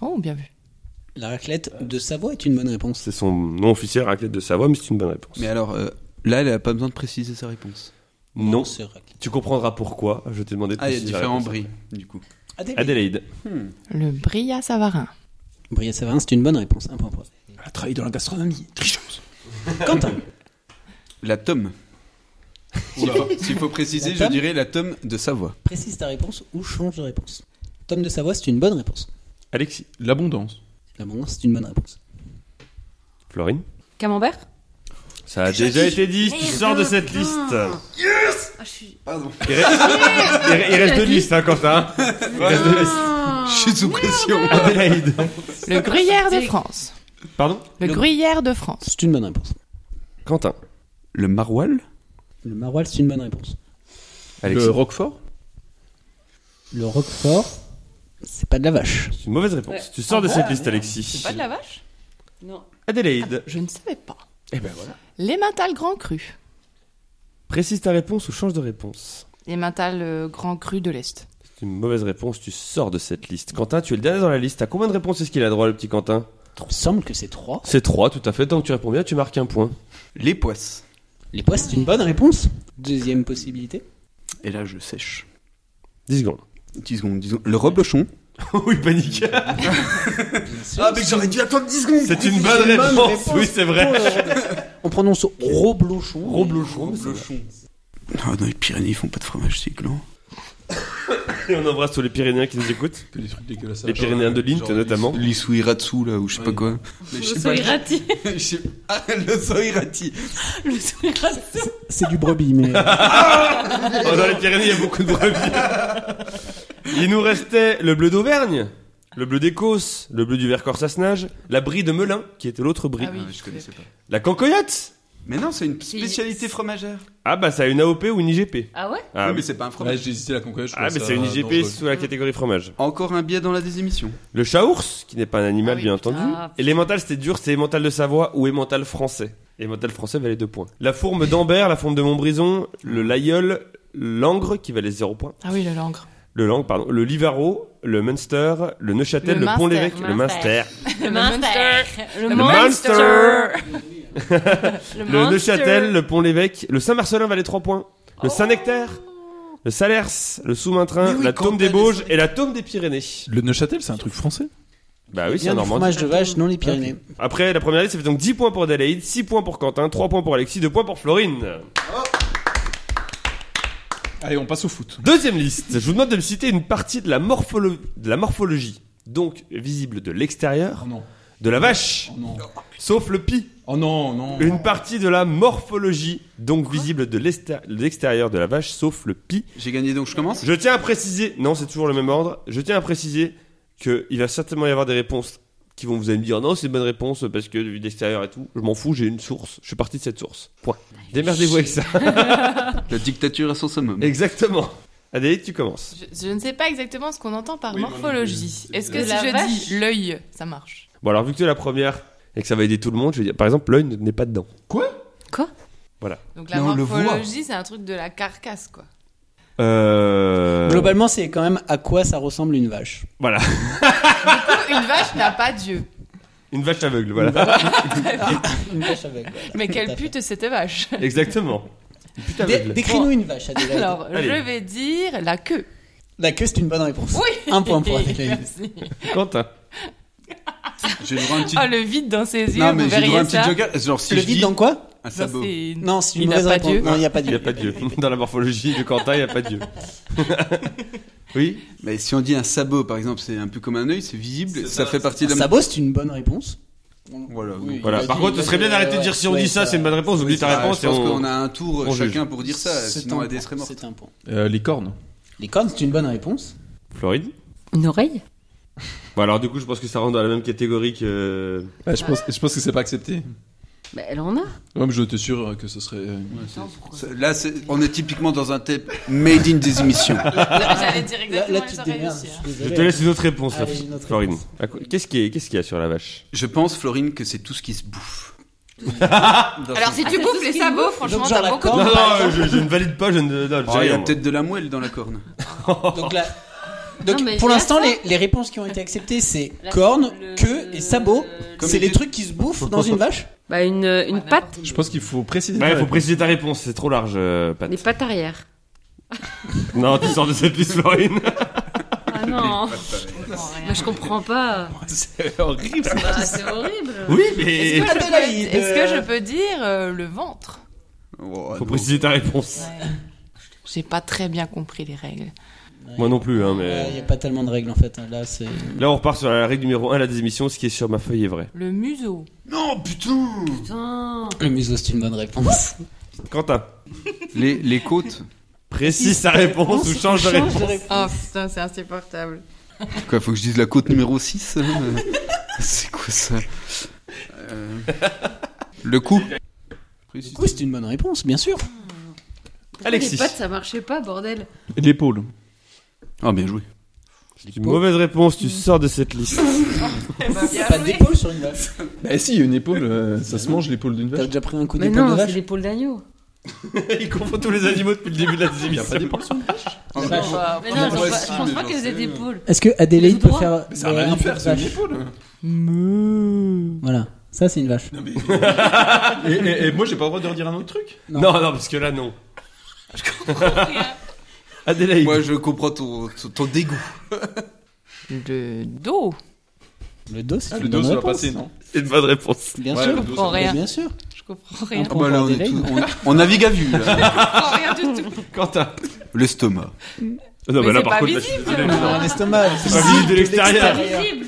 Speaker 5: Oh, bien vu.
Speaker 6: La raclette de Savoie est une bonne réponse.
Speaker 1: C'est son nom officiel, raclette de Savoie, mais c'est une bonne réponse.
Speaker 4: Mais alors, euh, là, elle a pas besoin de préciser sa réponse.
Speaker 1: Non,
Speaker 6: C'est raclette.
Speaker 1: tu comprendras pourquoi. Je t'ai demandé de
Speaker 4: Ah, il y a
Speaker 1: préciser la
Speaker 4: différents
Speaker 1: réponse.
Speaker 4: Brie, du coup.
Speaker 6: Adélaïde.
Speaker 1: Adélaïde.
Speaker 5: Le brie à Savarin.
Speaker 6: Brielle Savarin, c'est une bonne réponse. Un point pour Adélaïde.
Speaker 2: Elle a travaillé dans la gastronomie. Tricheuse.
Speaker 6: Quentin.
Speaker 4: La tome. S'il faut, s'il faut préciser,
Speaker 6: La
Speaker 4: je
Speaker 6: tome
Speaker 4: dirais la tome de Savoie.
Speaker 6: Précise ta réponse ou change de réponse. Tom de Savoie, c'est une bonne réponse.
Speaker 1: Alexis.
Speaker 2: L'abondance.
Speaker 6: L'abondance, c'est une bonne réponse.
Speaker 1: Florine.
Speaker 3: Camembert
Speaker 1: Ça a déjà été dit, tu
Speaker 3: Merde,
Speaker 1: sors de cette
Speaker 3: putain.
Speaker 1: liste.
Speaker 3: ah, je suis...
Speaker 1: Il reste, il re- il reste deux listes, hein, Quentin. Il reste deux listes.
Speaker 4: Je suis sous pression.
Speaker 1: Adélaïde.
Speaker 5: Le gruyère de France.
Speaker 1: Pardon
Speaker 5: Le,
Speaker 6: Le-
Speaker 5: gruyère de France.
Speaker 6: C'est une bonne réponse.
Speaker 1: Quentin.
Speaker 4: Le Maroilles
Speaker 6: Le maroilles, c'est une bonne réponse.
Speaker 1: Alexis.
Speaker 2: Le roquefort
Speaker 6: Le roquefort, c'est pas de la vache.
Speaker 1: C'est une mauvaise réponse.
Speaker 3: Ouais.
Speaker 1: Tu sors de
Speaker 5: Ah
Speaker 1: cette
Speaker 5: bon
Speaker 1: liste, Alexis.
Speaker 5: la vache
Speaker 3: Non.
Speaker 1: Adélaïde.
Speaker 5: Je ne savais pas.
Speaker 1: Eh ben voilà.
Speaker 5: L'emmental grand cru.
Speaker 1: Précise ta réponse ou change de réponse.
Speaker 5: L'emmental euh, grand cru de l'Est.
Speaker 1: C'est une mauvaise réponse, tu sors de cette liste. Quentin, tu es le dernier dans la liste. À combien de réponses est-ce qu'il a droit, le petit Quentin
Speaker 6: Il me semble que c'est 3.
Speaker 1: C'est 3, tout à fait. Tant que tu réponds bien, tu marques un point.
Speaker 4: Les poisses.
Speaker 6: Les pois, c'est une bonne réponse. Deuxième possibilité.
Speaker 4: Et là, je sèche.
Speaker 1: 10 secondes.
Speaker 4: 10 secondes, 10 secondes. Le Reblochon.
Speaker 1: oui, panique.
Speaker 6: Ah,
Speaker 4: j'aurais dû attendre 10 secondes
Speaker 1: C'est une bonne
Speaker 6: une bonne
Speaker 1: réponse.
Speaker 6: réponse.
Speaker 1: Oui, c'est vrai.
Speaker 6: On prononce roblochon.
Speaker 1: Roblochon,
Speaker 4: Ah, Non, dans les Pyrénées, ils font pas de fromage, hein. c'est gland.
Speaker 1: Et on embrasse tous les Pyrénéens qui nous écoutent.
Speaker 2: Que des trucs dégueulasses.
Speaker 1: Les Pyrénéens de l'Int, notamment.
Speaker 4: Les Souiratsu, là, ou je sais pas
Speaker 2: Ouais.
Speaker 4: quoi. Mais je sais pas.
Speaker 3: irati.
Speaker 4: je sais- Ah, le Souirati.
Speaker 3: Le sourire irati.
Speaker 6: C'est du brebis, mais
Speaker 1: Oh, dans les Pyrénées, il y a beaucoup de brebis. Il nous restait le bleu d'Auvergne. le bleu d'Écosse, le bleu du Vercors Sassenage, la brie de Melun, qui était l'autre brie,
Speaker 5: Ah oui,
Speaker 4: je connaissais pas.
Speaker 1: la cancoyote
Speaker 4: Mais non, c'est une spécialité fromagère.
Speaker 1: Ah bah ça a une AOP ou une IGP.
Speaker 3: Ah ouais
Speaker 1: Ah,
Speaker 4: oui, mais c'est pas un
Speaker 2: Ouais,
Speaker 4: fromage.
Speaker 2: j'ai hésité à la conquête. je
Speaker 1: ah, mais
Speaker 2: trouvais ça hein,
Speaker 1: c'est une IGP
Speaker 2: dangereux.
Speaker 1: sous la catégorie fromage.
Speaker 4: Encore un biais dans la désémission.
Speaker 1: Le chaours, qui n'est pas un animal
Speaker 5: Ah oui,
Speaker 1: bien
Speaker 5: putain.
Speaker 1: entendu.
Speaker 3: Ah,
Speaker 1: Et l'émental c'était dur, c'est émental de Savoie ou émental français. Émental français valait deux points. La fourme d'Ambert, la fourme de Montbrison, le laïeul, l'angre qui valait zéro points.
Speaker 5: Ah oui, le langre.
Speaker 1: Le Langres, pardon. Le Livaro, le Munster, le Neuchâtel,
Speaker 5: Le
Speaker 1: le,
Speaker 5: Munster.
Speaker 1: Pont-l'Évêque, le Munster.
Speaker 3: Munster. Le Munster. Le
Speaker 1: Munster.
Speaker 3: Le
Speaker 1: Le
Speaker 3: Munster.
Speaker 1: Neuchâtel, le Pont-l'Évêque, le Saint-Marcelin valait 3 points. Le Saint-Nectaire, le Salers, le
Speaker 4: Mais
Speaker 1: Sous-Maintrain,
Speaker 4: oui,
Speaker 1: la
Speaker 4: quand
Speaker 1: Tôme
Speaker 4: t'as
Speaker 1: des
Speaker 4: des
Speaker 1: Bauges
Speaker 4: Saint-Nectaire.
Speaker 1: et la Tôme des Pyrénées.
Speaker 2: Le Neuchâtel, c'est un truc français
Speaker 1: Bah oui, c'est
Speaker 6: euh, Bien
Speaker 1: en
Speaker 6: du
Speaker 1: Normandie.
Speaker 6: fromage de vache, non les Pyrénées.
Speaker 1: Après la première liste, ça fait donc 10 points pour Adélaïde, 6 points pour Quentin, 3 points pour Alexis, 2 points pour Florine.
Speaker 2: Allez, on passe au foot.
Speaker 1: Deuxième liste, je vous demande de me citer une partie de la, morpholo- de la morphologie, donc visible de l'extérieur,
Speaker 2: Oh non,
Speaker 1: de la vache,
Speaker 2: oh non,
Speaker 1: sauf le pis.
Speaker 2: oh non, non.
Speaker 1: Une partie de la morphologie, donc visible de l'exté- de l'extérieur de la vache, sauf le pi.
Speaker 4: J'ai gagné donc je commence
Speaker 1: Je tiens à préciser, non, c'est toujours le même ordre. Je tiens à préciser que il va certainement y avoir des réponses qui vont vous allez me dire non, c'est une bonne réponse parce que vue d'extérieur et tout. Je m'en fous, j'ai une source. Je suis parti de cette source. Point. Démerdez-vous avec ça.
Speaker 4: La dictature à son summum.
Speaker 1: Exactement. Adélie, tu commences.
Speaker 5: Je, je ne sais pas exactement ce qu'on entend par
Speaker 2: Oui, moi non plus.
Speaker 5: morphologie. Est-ce que
Speaker 3: De
Speaker 5: si
Speaker 3: la
Speaker 5: je
Speaker 3: vache.
Speaker 5: dis l'œil, ça marche
Speaker 1: Bon, alors vu que tu es la première et que ça va aider tout le monde, je vais dire par exemple, l'œil n'est pas dedans.
Speaker 5: Donc la
Speaker 4: Mais on le voit.
Speaker 5: morphologie, c'est un truc de la carcasse, quoi.
Speaker 1: Euh.
Speaker 6: Globalement, c'est quand même à quoi ça ressemble une vache.
Speaker 1: Voilà.
Speaker 5: Une vache n'a pas d'yeux.
Speaker 1: Une vache aveugle, voilà.
Speaker 6: Une vache avec. ouais.
Speaker 5: Mais
Speaker 6: Tout à
Speaker 5: quelle
Speaker 6: fait.
Speaker 5: pute cette vache
Speaker 1: Exactement. Une pute
Speaker 6: Dé-
Speaker 1: aveugle.
Speaker 6: Décris-nous une vache, Adélaïde.
Speaker 5: Alors,
Speaker 1: Allez.
Speaker 5: je vais dire la queue.
Speaker 6: La queue, c'est une bonne réponse.
Speaker 5: Oui
Speaker 6: Un point pour Adélaïde.
Speaker 5: Merci.
Speaker 1: Quentin.
Speaker 4: J'ai Ah, le droit à un petit.
Speaker 5: Oh, le vide dans ses yeux,
Speaker 4: non,
Speaker 5: vous
Speaker 4: mais j'ai le
Speaker 5: verriez
Speaker 4: droit à un
Speaker 5: ça
Speaker 4: petit joker. Genre, si
Speaker 6: le
Speaker 4: je
Speaker 6: vide
Speaker 4: dis
Speaker 6: dans quoi
Speaker 4: un
Speaker 5: Genre,
Speaker 4: sabot.
Speaker 5: c'est une-
Speaker 6: Non, c'est une
Speaker 5: Il n'a
Speaker 6: mauvaise
Speaker 5: pas
Speaker 6: réponse.
Speaker 5: d'yeux.
Speaker 6: Non, il n'y a pas de
Speaker 1: Il n'y a pas de Dieu. Dans la morphologie de Quentin, il n'y a pas de Dieu. Oui
Speaker 4: Mais si on dit un sabot, par exemple, c'est un peu comme un œil, c'est visible, ça fait partie de
Speaker 6: Un
Speaker 4: la.
Speaker 6: sabot, Ah, c'est une bonne réponse.
Speaker 4: Voilà.
Speaker 6: Oui.
Speaker 4: donc,
Speaker 1: Voilà.
Speaker 6: Il a
Speaker 1: Par
Speaker 6: dit-
Speaker 1: contre,
Speaker 6: il
Speaker 1: ce
Speaker 6: a
Speaker 1: serait
Speaker 6: dit,
Speaker 1: bien d'arrêter de
Speaker 6: ouais,
Speaker 1: dire si on
Speaker 6: ouais,
Speaker 1: dit ça,
Speaker 6: ça-
Speaker 1: c'est une bonne réponse, oublie ta
Speaker 4: bah,
Speaker 1: réponse
Speaker 4: Je
Speaker 1: et
Speaker 4: pense
Speaker 1: on.
Speaker 4: qu'on a un tour
Speaker 1: on
Speaker 4: chacun
Speaker 1: juge.
Speaker 4: pour dire ça,
Speaker 6: C'est
Speaker 4: sinon
Speaker 6: un
Speaker 4: AD serait
Speaker 6: point,
Speaker 4: morte.
Speaker 6: C'est un point.
Speaker 2: Euh, les cornes.
Speaker 6: Les cornes, c'est une bonne réponse.
Speaker 1: Floride
Speaker 3: Une oreille
Speaker 1: Bon, alors du coup, je pense que ça rentre dans la même catégorie que.
Speaker 2: Ouais, je, pense, je pense que c'est pas accepté.
Speaker 3: Bah, elle en a.
Speaker 2: Ouais, mais je te sûr que ce serait. euh,
Speaker 4: Ouais, c'est- c'est- Là, c'est- on est typiquement dans un thème made in des émissions.
Speaker 5: J'allais dire
Speaker 6: Là,
Speaker 5: exactement
Speaker 6: là,
Speaker 5: les
Speaker 6: tu te
Speaker 5: oreilles
Speaker 6: démerdes.
Speaker 5: aussi, hein.
Speaker 6: suis
Speaker 1: Je
Speaker 6: désolé.
Speaker 1: te laisse une autre réponse, là,
Speaker 6: Allez, j'ai une autre
Speaker 1: Florine.
Speaker 6: réponse.
Speaker 1: À quoi- Qu'est-ce qu'il y, a- qu'est-ce qu'il y a sur la vache
Speaker 4: Je pense, Florine, que c'est tout ce qui se bouffe. Dans
Speaker 5: Alors
Speaker 4: ce-
Speaker 5: si
Speaker 3: Ah,
Speaker 5: tu
Speaker 3: c'est
Speaker 5: bouffes
Speaker 3: tout ce
Speaker 5: les
Speaker 3: qu'il
Speaker 5: sabots,
Speaker 3: bouffe.
Speaker 5: franchement,
Speaker 6: Donc, genre
Speaker 5: t'as
Speaker 6: la
Speaker 5: beaucoup
Speaker 1: Non,
Speaker 5: de
Speaker 6: corne.
Speaker 1: non,
Speaker 5: mal.
Speaker 1: je, je ne valide pas, je ne. non,
Speaker 4: Oh,
Speaker 1: j'ai
Speaker 4: il y
Speaker 1: rien,
Speaker 4: a
Speaker 1: moi.
Speaker 4: peut-être de la moelle dans la corne.
Speaker 6: Donc là. Donc,
Speaker 3: Non, mais
Speaker 6: pour
Speaker 3: j'ai
Speaker 6: l'instant,
Speaker 3: ça.
Speaker 6: les, les réponses qui ont été acceptées, c'est
Speaker 3: La-
Speaker 6: cornes,
Speaker 3: le-
Speaker 6: queue et sabot.
Speaker 4: Comme
Speaker 6: C'est
Speaker 4: les
Speaker 6: les
Speaker 4: deux-
Speaker 6: trucs qui se bouffent dans une vache
Speaker 3: Bah, une, une patte.
Speaker 2: Je pense qu'il faut préciser.
Speaker 1: Ouais,
Speaker 2: ta
Speaker 1: Bah, faut
Speaker 2: réponse.
Speaker 1: préciser ta réponse, c'est trop large, euh, Pat.
Speaker 3: Des pattes arrière.
Speaker 1: Non, tu sors de cette liste, Florine.
Speaker 3: Ah non Mais je comprends pas.
Speaker 6: C'est horrible.
Speaker 3: Bah, c'est horrible.
Speaker 1: Oui,
Speaker 5: Est-ce
Speaker 1: mais.
Speaker 5: que, je
Speaker 6: Adélaïde.
Speaker 5: peux- est-ce que je peux dire euh, le ventre
Speaker 4: Oh,
Speaker 1: Faut
Speaker 4: non.
Speaker 1: préciser ta réponse.
Speaker 5: J'ai pas très bien compris les règles.
Speaker 1: Moi non plus, hein,
Speaker 6: Il n'y
Speaker 1: mais.
Speaker 6: a pas tellement de règles en fait. Là, c'est.
Speaker 1: Là, on repart sur la règle numéro 1, la désémission, ce qui est sur ma feuille est vrai.
Speaker 5: Le museau.
Speaker 4: Non, putain
Speaker 3: Putain.
Speaker 6: Le museau, c'est une bonne réponse.
Speaker 1: Quentin,
Speaker 4: les, les côtes
Speaker 1: précise ta réponse ou change de réponse.
Speaker 5: Oh putain, c'est insupportable.
Speaker 4: Quoi, faut que je dise la côte numéro 6 C'est quoi ça Euh, Le cou
Speaker 6: Du coup, c'est une bonne réponse, bien sûr.
Speaker 1: Alexis.
Speaker 3: Les pattes, ça marchait pas, bordel.
Speaker 2: L'épaule.
Speaker 4: Ah, bien joué.
Speaker 1: C'est une mauvaise réponse, tu sors de cette liste.
Speaker 5: Eh ben,
Speaker 6: Il n'y a pas d'épaule sur une vache.
Speaker 2: Bah si, une épaule, euh, ça se mange l'épaule d'une
Speaker 6: T'as
Speaker 2: vache.
Speaker 6: déjà pris un coup
Speaker 3: Mais
Speaker 6: d'épaule de
Speaker 3: non, c'est
Speaker 6: vache
Speaker 3: l'épaule d'agneau.
Speaker 1: Il confond tous les animaux depuis le début de la désémission.
Speaker 4: Ah,
Speaker 6: vache.
Speaker 4: bon.
Speaker 5: Bah,
Speaker 3: Mais
Speaker 4: non,
Speaker 3: non,
Speaker 4: je
Speaker 3: je
Speaker 4: moi pense- aussi,
Speaker 3: pense pas,
Speaker 4: je pense mais pas j'en
Speaker 3: qu'elles
Speaker 4: qu'elles aient
Speaker 3: aient
Speaker 4: sais.
Speaker 3: d'épaule.
Speaker 4: d'épaule.
Speaker 6: Est-ce que Adélaïde
Speaker 3: Les
Speaker 6: peut
Speaker 3: doigts.
Speaker 6: faire.
Speaker 2: Mais c'est un
Speaker 6: euh, peu de
Speaker 2: mammifère, c'est
Speaker 6: vache
Speaker 2: une épaule.
Speaker 6: Voilà, ça c'est une vache.
Speaker 2: Et, et- et moi, j'ai pas le droit de redire un autre truc
Speaker 1: Non, non, parce que là, non. Adélaïde.
Speaker 4: Moi, je comprends ton, ton- ton dégoût.
Speaker 5: Le dos.
Speaker 6: Le dos, c'est
Speaker 2: Ah,
Speaker 6: une
Speaker 2: Le
Speaker 6: bonne
Speaker 2: dos, ça va
Speaker 6: réponse.
Speaker 2: passer, non
Speaker 1: C'est une bonne réponse.
Speaker 6: Bien
Speaker 2: Ouais,
Speaker 6: sûr.
Speaker 2: le dos,
Speaker 5: Bon,
Speaker 2: ça
Speaker 6: Mais
Speaker 5: rien.
Speaker 6: Bien sûr.
Speaker 5: Je comprends rien.
Speaker 4: Ah
Speaker 6: On
Speaker 4: bah là,
Speaker 6: prend
Speaker 4: on, est
Speaker 6: des
Speaker 4: tous- on, on navigue à vue. là.
Speaker 5: Je comprends rien du tout.
Speaker 1: Quentin.
Speaker 4: L'estomac.
Speaker 1: Non,
Speaker 5: Mais
Speaker 1: bah là,
Speaker 5: c'est
Speaker 1: par
Speaker 5: pas
Speaker 1: contre, là,
Speaker 5: visible.
Speaker 1: je suis désolé.
Speaker 6: Dans l'estomac.
Speaker 1: pas visible de l'extérieur.
Speaker 3: Visible.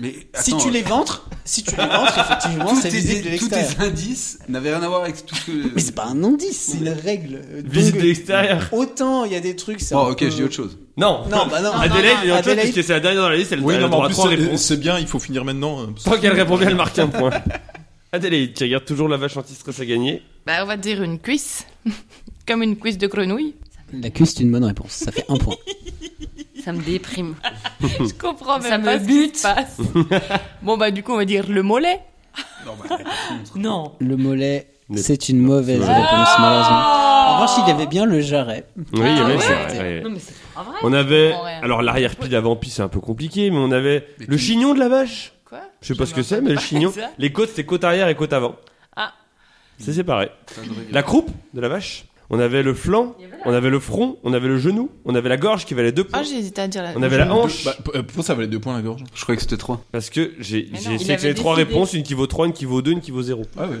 Speaker 4: Mais
Speaker 6: Si
Speaker 4: attends,
Speaker 6: tu les ventres, si tu les ventres, effectivement,
Speaker 4: tous
Speaker 6: c'est
Speaker 4: tes-
Speaker 6: visible de
Speaker 4: tous
Speaker 6: l'extérieur.
Speaker 4: tes indices n'avaient rien à voir avec tout ce que.
Speaker 6: Mais c'est pas un indice, c'est une règle. Euh,
Speaker 1: Visite
Speaker 6: donc, euh,
Speaker 1: de l'extérieur.
Speaker 6: Autant il y a des trucs. c'est
Speaker 4: Oh,
Speaker 6: un
Speaker 4: ok, je
Speaker 6: peu-
Speaker 4: dis autre chose.
Speaker 1: Non.
Speaker 6: Non, bah non.
Speaker 1: Adélaïde,
Speaker 6: Non,
Speaker 1: elle est
Speaker 6: non,
Speaker 1: en tête
Speaker 6: Adélaïde-
Speaker 1: puisque c'est la dernière dans la liste. Elle,
Speaker 2: Oui,
Speaker 1: elle
Speaker 2: non, mais
Speaker 1: aura
Speaker 2: en plus,
Speaker 1: trois
Speaker 2: c'est-
Speaker 1: réponses.
Speaker 2: c'est bien, il faut finir maintenant. euh, parce
Speaker 1: Tant
Speaker 2: que-
Speaker 1: qu'elle répond bien, elle marque un point. Adélaïde, tu regardes toujours la vache anti-stress à gagner.
Speaker 5: Bah, on va dire une cuisse. Comme une cuisse de grenouille.
Speaker 6: La cuisse, c'est une bonne réponse. Ça fait un point.
Speaker 3: Ça me déprime.
Speaker 5: Je comprends même
Speaker 3: Ça
Speaker 5: pas
Speaker 3: me
Speaker 5: ce qui
Speaker 3: bute.
Speaker 5: se passe. bon, bah, du coup, on va dire le mollet.
Speaker 4: Non, bah, contre.
Speaker 3: Non.
Speaker 6: Le mollet,
Speaker 1: Mais-
Speaker 6: c'est une mauvaise réponse, malheureusement. En revanche, il y avait bien le jarret.
Speaker 5: Ah,
Speaker 1: Oui, il y avait
Speaker 3: ouais.
Speaker 1: ça, ouais, ouais.
Speaker 3: Non, mais c'est pas vrai.
Speaker 1: On avait.
Speaker 5: comprends rien.
Speaker 1: Alors, l'arrière-pied d'avant-pied, c'est un peu compliqué, mais on avait
Speaker 4: Mais
Speaker 1: le
Speaker 4: tu-
Speaker 1: chignon de la vache.
Speaker 5: Quoi
Speaker 1: Je sais pas
Speaker 5: Je
Speaker 1: ce que
Speaker 5: m'en
Speaker 1: c'est,
Speaker 5: rappelle
Speaker 1: mais le
Speaker 5: pas,
Speaker 1: chignon.
Speaker 5: ça.
Speaker 1: Les côtes, c'est côte arrière et côte avant.
Speaker 5: Ah.
Speaker 1: Ça, c'est pareil.
Speaker 4: Ça devrait bien.
Speaker 1: La croupe de la vache. On avait le flanc, on avait le front, on avait le genou, on avait la gorge qui valait deux points.
Speaker 5: Ah, j'ai hésité à dire la.
Speaker 1: on avait la
Speaker 2: Deux-
Speaker 1: hanche.
Speaker 2: bah, p- euh, pourquoi ça valait deux points la gorge
Speaker 4: Je croyais que c'était 3.
Speaker 1: Parce que j'ai
Speaker 5: Mais
Speaker 1: j'ai
Speaker 5: non, il
Speaker 1: essayé que
Speaker 5: avait
Speaker 1: les trois
Speaker 5: décidé.
Speaker 1: réponses, une qui vaut 3, une qui vaut 2, une qui vaut 0.
Speaker 2: Ah ouais.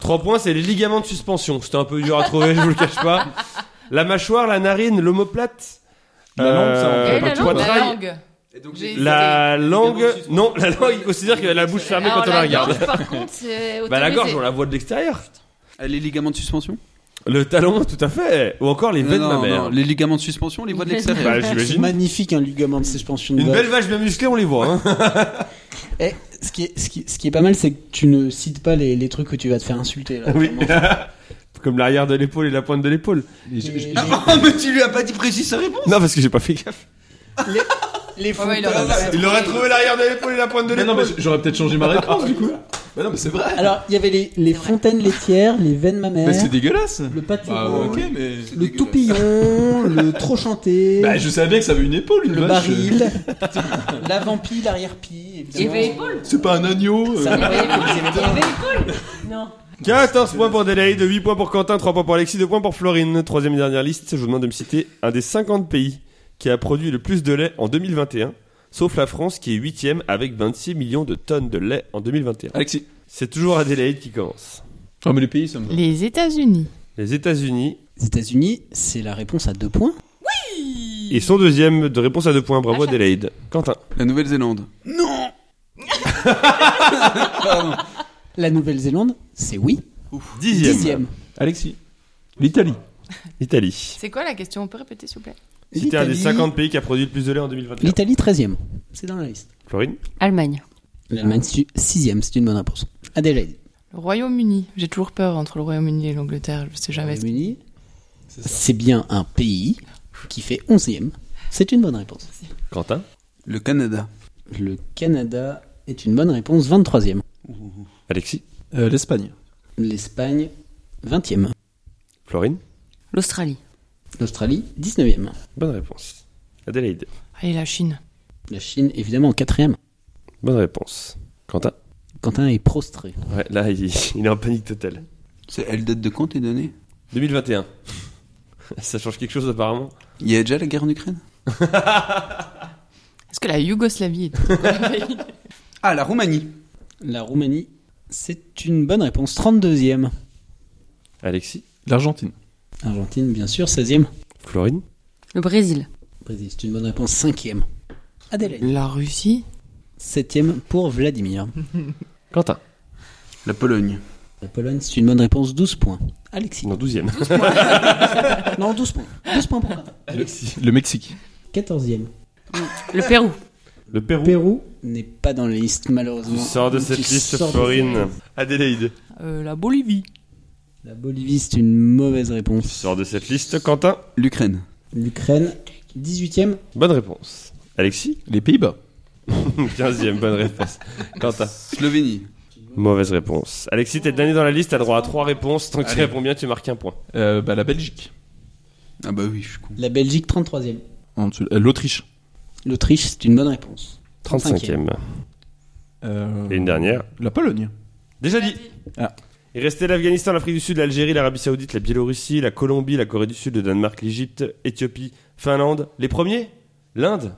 Speaker 1: 3 points, c'est les ligaments de suspension. C'était un peu dur à trouver, je vous le cache pas. La mâchoire, la narine, l'omoplate.
Speaker 2: La langue, ça, on
Speaker 1: euh,
Speaker 2: fait
Speaker 3: Et la
Speaker 1: le
Speaker 3: langue,
Speaker 1: poitrail.
Speaker 5: La langue. J'ai hésité.
Speaker 1: La langue,
Speaker 4: Ligament de
Speaker 1: non, la langue, il considère qu'elle a la bouche fermée
Speaker 3: Alors,
Speaker 1: quand on la regarde.
Speaker 3: gorge, par contre, c'est
Speaker 1: Bah la
Speaker 3: autorisé.
Speaker 1: gorge, on la voit de l'extérieur.
Speaker 4: Ah, Les ligaments de suspension
Speaker 1: Le talon, tout à fait. Ou encore les
Speaker 4: Non,
Speaker 1: veines
Speaker 4: non,
Speaker 1: de ma mère.
Speaker 4: non, Les ligaments de suspension, on les voit de
Speaker 1: Bah
Speaker 4: l'extérieur.
Speaker 6: C'est
Speaker 1: j'imagine.
Speaker 6: magnifique, un ligament de suspension de
Speaker 1: Une
Speaker 6: vache.
Speaker 1: belle vache bien musclée, on les voit. Hein.
Speaker 6: Eh, ce, qui est, ce, qui, ce qui est pas mal, c'est que tu ne cites pas les, les trucs où tu vas te faire insulter.
Speaker 2: Ah
Speaker 6: Là,
Speaker 1: Oui.
Speaker 6: vraiment.
Speaker 1: Comme l'arrière de l'épaule et la pointe de l'épaule.
Speaker 6: Les-
Speaker 4: Ah, mais tu lui as pas dit précis sa réponse
Speaker 1: Non, parce que j'ai pas fait gaffe.
Speaker 6: Les fonds
Speaker 5: Ouais, ouais, il aurait
Speaker 6: de-
Speaker 5: pas-
Speaker 1: Il aurait trouvé l'arrière de l'épaule et la pointe de
Speaker 2: Mais non,
Speaker 1: l'épaule.
Speaker 2: mais j'aurais peut-être changé ma réponse du coup. Mais Bah non, mais c'est vrai.
Speaker 6: Alors, il y avait les, les fontaines laitières, les veines mammaires,
Speaker 2: Mais c'est dégueulasse.
Speaker 6: le
Speaker 2: Ah
Speaker 6: pâturon,
Speaker 2: ok, mais.
Speaker 6: le toupillon, le trop chanté,
Speaker 2: Bah, je savais bien que ça avait une épaule, une
Speaker 6: le
Speaker 2: vache.
Speaker 6: baril, l'avant-pie, l'arrière-pie.
Speaker 3: Il y
Speaker 6: évidemment.
Speaker 3: avait épaule.
Speaker 2: C'est pas un agneau. euh.
Speaker 6: Ça,
Speaker 3: Il y avait épaule.
Speaker 6: ils aimaient
Speaker 3: Il y
Speaker 6: pas.
Speaker 3: avait épaule. Non.
Speaker 1: 14 points pour Adélaïde, 8 points pour Quentin, 3 points pour Alexis, 2 points pour Florine. Troisième et dernière liste, je vous demande de me citer un des 50 pays qui a produit le plus de lait en 2021, sauf la France qui est 8ème avec 26 millions de tonnes de lait en 2021.
Speaker 2: Alexis.
Speaker 1: C'est toujours Adélaïde qui commence.
Speaker 2: Oh, mais les pays, ça me.
Speaker 5: Les États-Unis.
Speaker 1: Les États-Unis
Speaker 6: Les États-Unis, c'est la réponse à deux points.
Speaker 1: et son deuxième de réponse à deux points. Bravo
Speaker 5: Ah, je-
Speaker 1: Adélaïde. Quentin.
Speaker 4: La Nouvelle-Zélande. Non Pardon.
Speaker 6: La Nouvelle-Zélande, c'est oui.
Speaker 1: Dixième.
Speaker 6: Dixième.
Speaker 2: Alexis. L'Italie.
Speaker 1: L'Italie.
Speaker 5: C'est quoi la question On peut répéter, s'il vous plaît
Speaker 1: C'était un des
Speaker 6: L'Italie-
Speaker 1: 50 pays qui a produit le plus de lait en 2021.
Speaker 6: L'Italie, treizième. C'est dans la liste.
Speaker 1: Florine
Speaker 3: Allemagne.
Speaker 6: L'Allemagne, c'est sixième. C'est une bonne réponse. Adélaïde.
Speaker 5: Le Royaume-Uni. J'ai toujours peur entre le Royaume-Uni et l'Angleterre. Je sais jamais.
Speaker 6: Royaume-Uni, c'est bien un pays qui fait onzième. C'est une bonne réponse.
Speaker 1: Quentin
Speaker 4: Le Canada.
Speaker 6: Le Canada est une bonne réponse, 23e.
Speaker 1: Alexis
Speaker 2: Euh, L'Espagne.
Speaker 6: L'Espagne, 20e.
Speaker 1: Florine
Speaker 3: L'Australie.
Speaker 6: L'Australie, 19e.
Speaker 1: Bonne réponse. Adélaïde
Speaker 5: Allez, la Chine.
Speaker 6: La Chine, évidemment, en 4e.
Speaker 1: Bonne réponse. Quentin
Speaker 6: Quentin est prostré.
Speaker 1: Ouais, là, il, il est en panique totale.
Speaker 4: C'est- Elle date de quand tes données
Speaker 1: 2021. Ça change quelque chose apparemment.
Speaker 4: Il y a déjà la guerre en Ukraine
Speaker 5: Est-ce que la Yougoslavie est
Speaker 4: Ah, la Roumanie.
Speaker 6: La Roumanie, c'est une bonne réponse, 32e.
Speaker 1: Alexis
Speaker 2: L'Argentine.
Speaker 6: Argentine, bien sûr, 16e.
Speaker 1: Florine
Speaker 3: Le Brésil.
Speaker 6: Brésil, c'est une bonne réponse, 5e. Adélaïde,
Speaker 5: La Russie
Speaker 6: 7e pour Vladimir.
Speaker 1: Quentin
Speaker 4: La Pologne.
Speaker 6: La Pologne, c'est une bonne réponse, 12 points. Alexis.
Speaker 1: Non, 12ème.
Speaker 6: Non, 12 points. 12 points pour Quentin.
Speaker 2: Alexis. Le Mexique.
Speaker 6: 14e.
Speaker 3: Le Pérou.
Speaker 1: Le Pérou.
Speaker 6: Pérou n'est pas dans la liste, malheureusement.
Speaker 1: Tu sors de
Speaker 6: Tu
Speaker 1: cette liste,
Speaker 6: sors de
Speaker 1: Florine. Adélaïde.
Speaker 5: Euh, La Bolivie.
Speaker 6: La Bolivie, c'est une mauvaise
Speaker 1: Tu
Speaker 6: réponse.
Speaker 1: sors de cette liste, Quentin.
Speaker 4: L'Ukraine.
Speaker 6: L'Ukraine, 18e.
Speaker 1: Bonne réponse. Alexis
Speaker 2: Les Pays-Bas.
Speaker 1: 15ème, bonne réponse. Quentin
Speaker 4: Slovénie.
Speaker 1: Mauvaise réponse. Alexis, t'es le dernier dans la liste, t'as droit à 3 réponses. Tant que tu
Speaker 2: Allez.
Speaker 1: réponds bien, tu marques un point.
Speaker 2: Euh, bah, la Belgique.
Speaker 4: Ah bah oui, je suis con.
Speaker 6: La Belgique, 33e.
Speaker 2: En dessous- euh, L'Autriche.
Speaker 6: L'Autriche, c'est une bonne réponse.
Speaker 1: 35ème.
Speaker 2: Euh,
Speaker 1: Et une dernière.
Speaker 2: La Pologne.
Speaker 1: Déjà dit.
Speaker 2: Ah.
Speaker 1: Il restait l'Afghanistan, l'Afrique du Sud, l'Algérie, l'Arabie Saoudite, la Biélorussie, la Colombie, la Corée du Sud, le Danemark, l'Égypte, Éthiopie, Finlande. Les premiers L'Inde,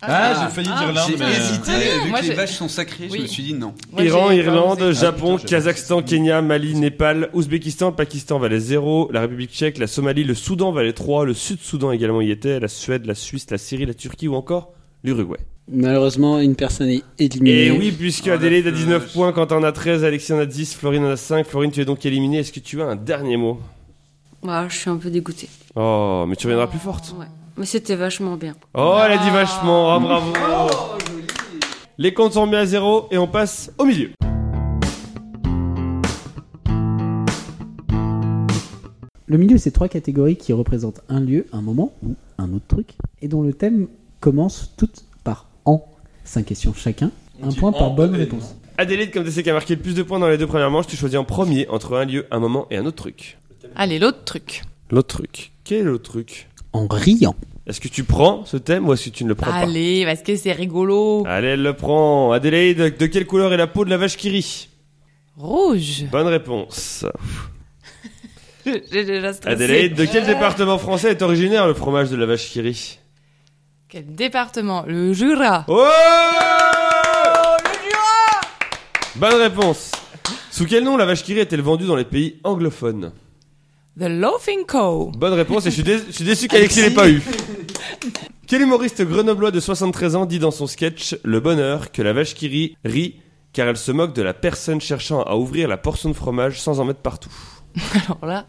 Speaker 2: Ah, j'ai failli dire l'Inde,
Speaker 4: J'ai
Speaker 2: mais.
Speaker 4: hésité,
Speaker 5: Ah oui,
Speaker 4: vu
Speaker 5: moi,
Speaker 4: que les
Speaker 5: j'ai-
Speaker 4: vaches sont sacrées,
Speaker 5: Oui.
Speaker 4: je me suis dit non.
Speaker 5: Moi,
Speaker 1: Iran,
Speaker 5: j'ai pas osé.
Speaker 1: Irlande, Japon,
Speaker 2: Ah, putain, j'avais
Speaker 1: Kazakhstan,
Speaker 2: pensé.
Speaker 1: Kenya, Mali, Népal, Ouzbékistan, Pakistan valait 0, la République tchèque, la Somalie, le Soudan valait 3, le Sud-Soudan également y était, la Suède, la Suisse, la Syrie, la Turquie ou encore l'Uruguay.
Speaker 6: Malheureusement, une personne est éliminée.
Speaker 1: Et Eh oui, puisque
Speaker 2: Oh,
Speaker 1: Adélaïde
Speaker 2: la
Speaker 1: a 19
Speaker 2: vache.
Speaker 1: points, Quentin en a 13, Alexis en a 10, Florine en a 5. Florine, tu es donc éliminée. Est-ce que tu as un dernier mot
Speaker 7: Ouais, je suis un peu dégoûtée.
Speaker 1: Oh, mais tu reviendras plus forte.
Speaker 7: Ouais. Mais c'était vachement bien.
Speaker 1: Oh, elle a dit vachement. Oh, bravo. Les comptes sont remis à zéro et on passe au milieu.
Speaker 6: Le milieu, c'est trois catégories qui représentent un lieu, un moment ou un autre truc, et dont le thème commence toutes par en. Cinq questions chacun,
Speaker 2: On
Speaker 6: un
Speaker 2: dit
Speaker 6: point par
Speaker 2: en
Speaker 6: bonne
Speaker 2: événement.
Speaker 6: réponse.
Speaker 1: Adélaïde, comme tu sais qui a marqué le plus de points dans les deux premières manches, tu choisis en premier entre un lieu, un moment et un autre truc.
Speaker 5: Allez, l'autre truc.
Speaker 1: L'autre truc. Quel est l'autre truc
Speaker 6: En riant.
Speaker 1: Est-ce que tu prends ce thème ou est-ce que tu ne le prends
Speaker 5: Allez, parce que c'est rigolo.
Speaker 1: pas Allez, elle le prend. Adélaïde, de quelle couleur est la peau de la vache qui rit
Speaker 5: Rouge.
Speaker 1: Bonne réponse.
Speaker 5: J'ai déjà stressé.
Speaker 1: Adélaïde, de quel département français est originaire le fromage de la vache qui rit
Speaker 5: Quel département Le Jura.
Speaker 1: Oh Bonne réponse. Sous quel nom la vache qui rit est-elle vendue dans les pays anglophones
Speaker 5: The Laughing Co.
Speaker 1: Bonne réponse et je suis, dé- je suis déçu qu'Alexis l'ait pas eu. Quel humoriste grenoblois de 73 ans dit dans son sketch Le bonheur que la vache qui rit rit car elle se moque de la personne cherchant à ouvrir la portion de fromage sans en mettre partout
Speaker 5: Alors là,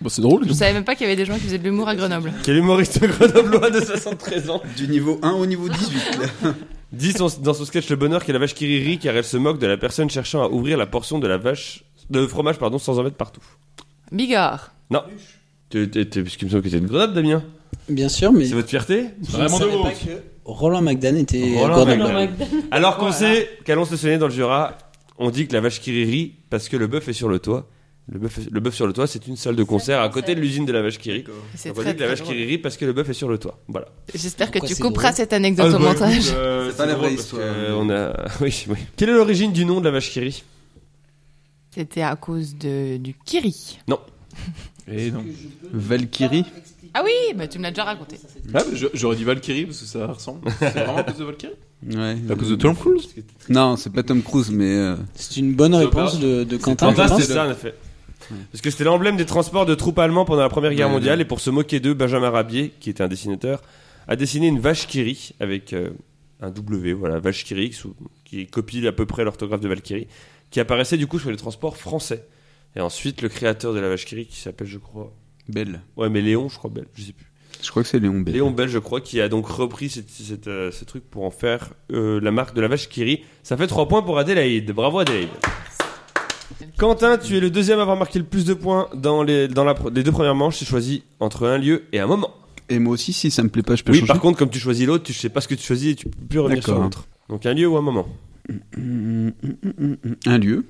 Speaker 4: Bon, c'est drôle.
Speaker 5: je savais même pas qu'il y avait des gens qui faisaient de l'humour à Grenoble.
Speaker 1: Quel humoriste grenoblois de 73 ans
Speaker 4: Du niveau 1 au niveau 18. là.
Speaker 1: dit son- dans son sketch Le bonheur que la vache qui rit rit car elle se moque de la personne cherchant à ouvrir la portion de la vache de fromage pardon sans en mettre partout
Speaker 5: Bigard.
Speaker 1: T'es- t'es- t'es- Parce qu'il me semble que t'es de Grenoble Damien
Speaker 6: Bien sûr, mais
Speaker 1: C'est votre fierté Oh
Speaker 6: je ne
Speaker 2: Vraiment de
Speaker 6: savais
Speaker 2: gauche.
Speaker 6: pas que Roland McDan était
Speaker 1: Roland
Speaker 6: Gordon.
Speaker 1: McDan.
Speaker 3: Laurent Magdan.
Speaker 1: Alors qu'on sait qu'à lons le saunier dans le Jura, on dit que la vache qui rit rit parce que le bœuf est sur le toit. Le bœuf, est- le bœuf sur le toit, c'est une salle de concert à côté de l'usine de la vache qui rit.
Speaker 5: C'est
Speaker 1: Donc On
Speaker 5: très,
Speaker 1: dit que la
Speaker 5: très
Speaker 1: vache qui rit
Speaker 5: drôle.
Speaker 1: rit parce que le bœuf est sur le toit. Voilà.
Speaker 5: J'espère que
Speaker 6: Pourquoi
Speaker 5: tu
Speaker 6: c'est
Speaker 5: couperas
Speaker 6: drôle
Speaker 5: cette anecdote
Speaker 1: Ah, bah,
Speaker 5: au montage.
Speaker 4: c'est pas la vraie histoire.
Speaker 1: Euh, on a... oui, oui. Quelle est l'origine du nom de la vache qui rit bah.
Speaker 5: C'était à cause de, du Kiri.
Speaker 2: Et non.
Speaker 4: Valkyrie.
Speaker 5: Ah oui, bah tu me l'as déjà raconté.
Speaker 2: Ah, mais je- j'aurais dit Valkyrie parce que ça ressemble. C'est vraiment à cause de Valkyrie
Speaker 4: Ouais.
Speaker 2: À cause de Tom Cruise
Speaker 4: Non, c'est pas Tom Cruise, mais. euh,
Speaker 6: C'est une bonne réponse de, de Quentin, je
Speaker 1: Quentin,
Speaker 6: pense.
Speaker 1: c'est ça en effet. Parce que c'était l'emblème des transports de troupes allemands pendant la Première Guerre
Speaker 4: Ouais,
Speaker 1: mondiale et pour se moquer d'eux, Benjamin Rabier, qui était un dessinateur, a dessiné une vache qui rit avec euh, un W, voilà, vache qui rit, sous- qui copie à peu près l'orthographe de Valkyrie, qui apparaissait du coup sur les transports français. Et ensuite, le créateur de la vache qui rit, qui s'appelle, je crois,
Speaker 4: Belle.
Speaker 1: ouais, mais Léon, je crois, Belle, je sais plus.
Speaker 4: Je crois que c'est Léon Belle.
Speaker 1: Léon Bell, je crois, qui a donc repris cette- cette, euh, ce truc pour en faire euh, la marque de la vache qui rit. Ça fait 3 points pour Adélaïde. Bravo Adélaïde. Quentin, tu es le deuxième à avoir marqué le plus de points dans les, dans la pro- les deux premières manches. Tu choisis entre un lieu et un moment.
Speaker 4: Et moi aussi, si ça me plaît pas, je peux
Speaker 1: oui,
Speaker 4: changer.
Speaker 1: par contre, comme tu choisis l'autre, tu sais pas ce que tu choisis et tu peux plus revenir sur
Speaker 4: D'accord.
Speaker 1: l'autre. Donc un lieu ou un moment.
Speaker 4: Mm, mm, mm, mm, Un lieu.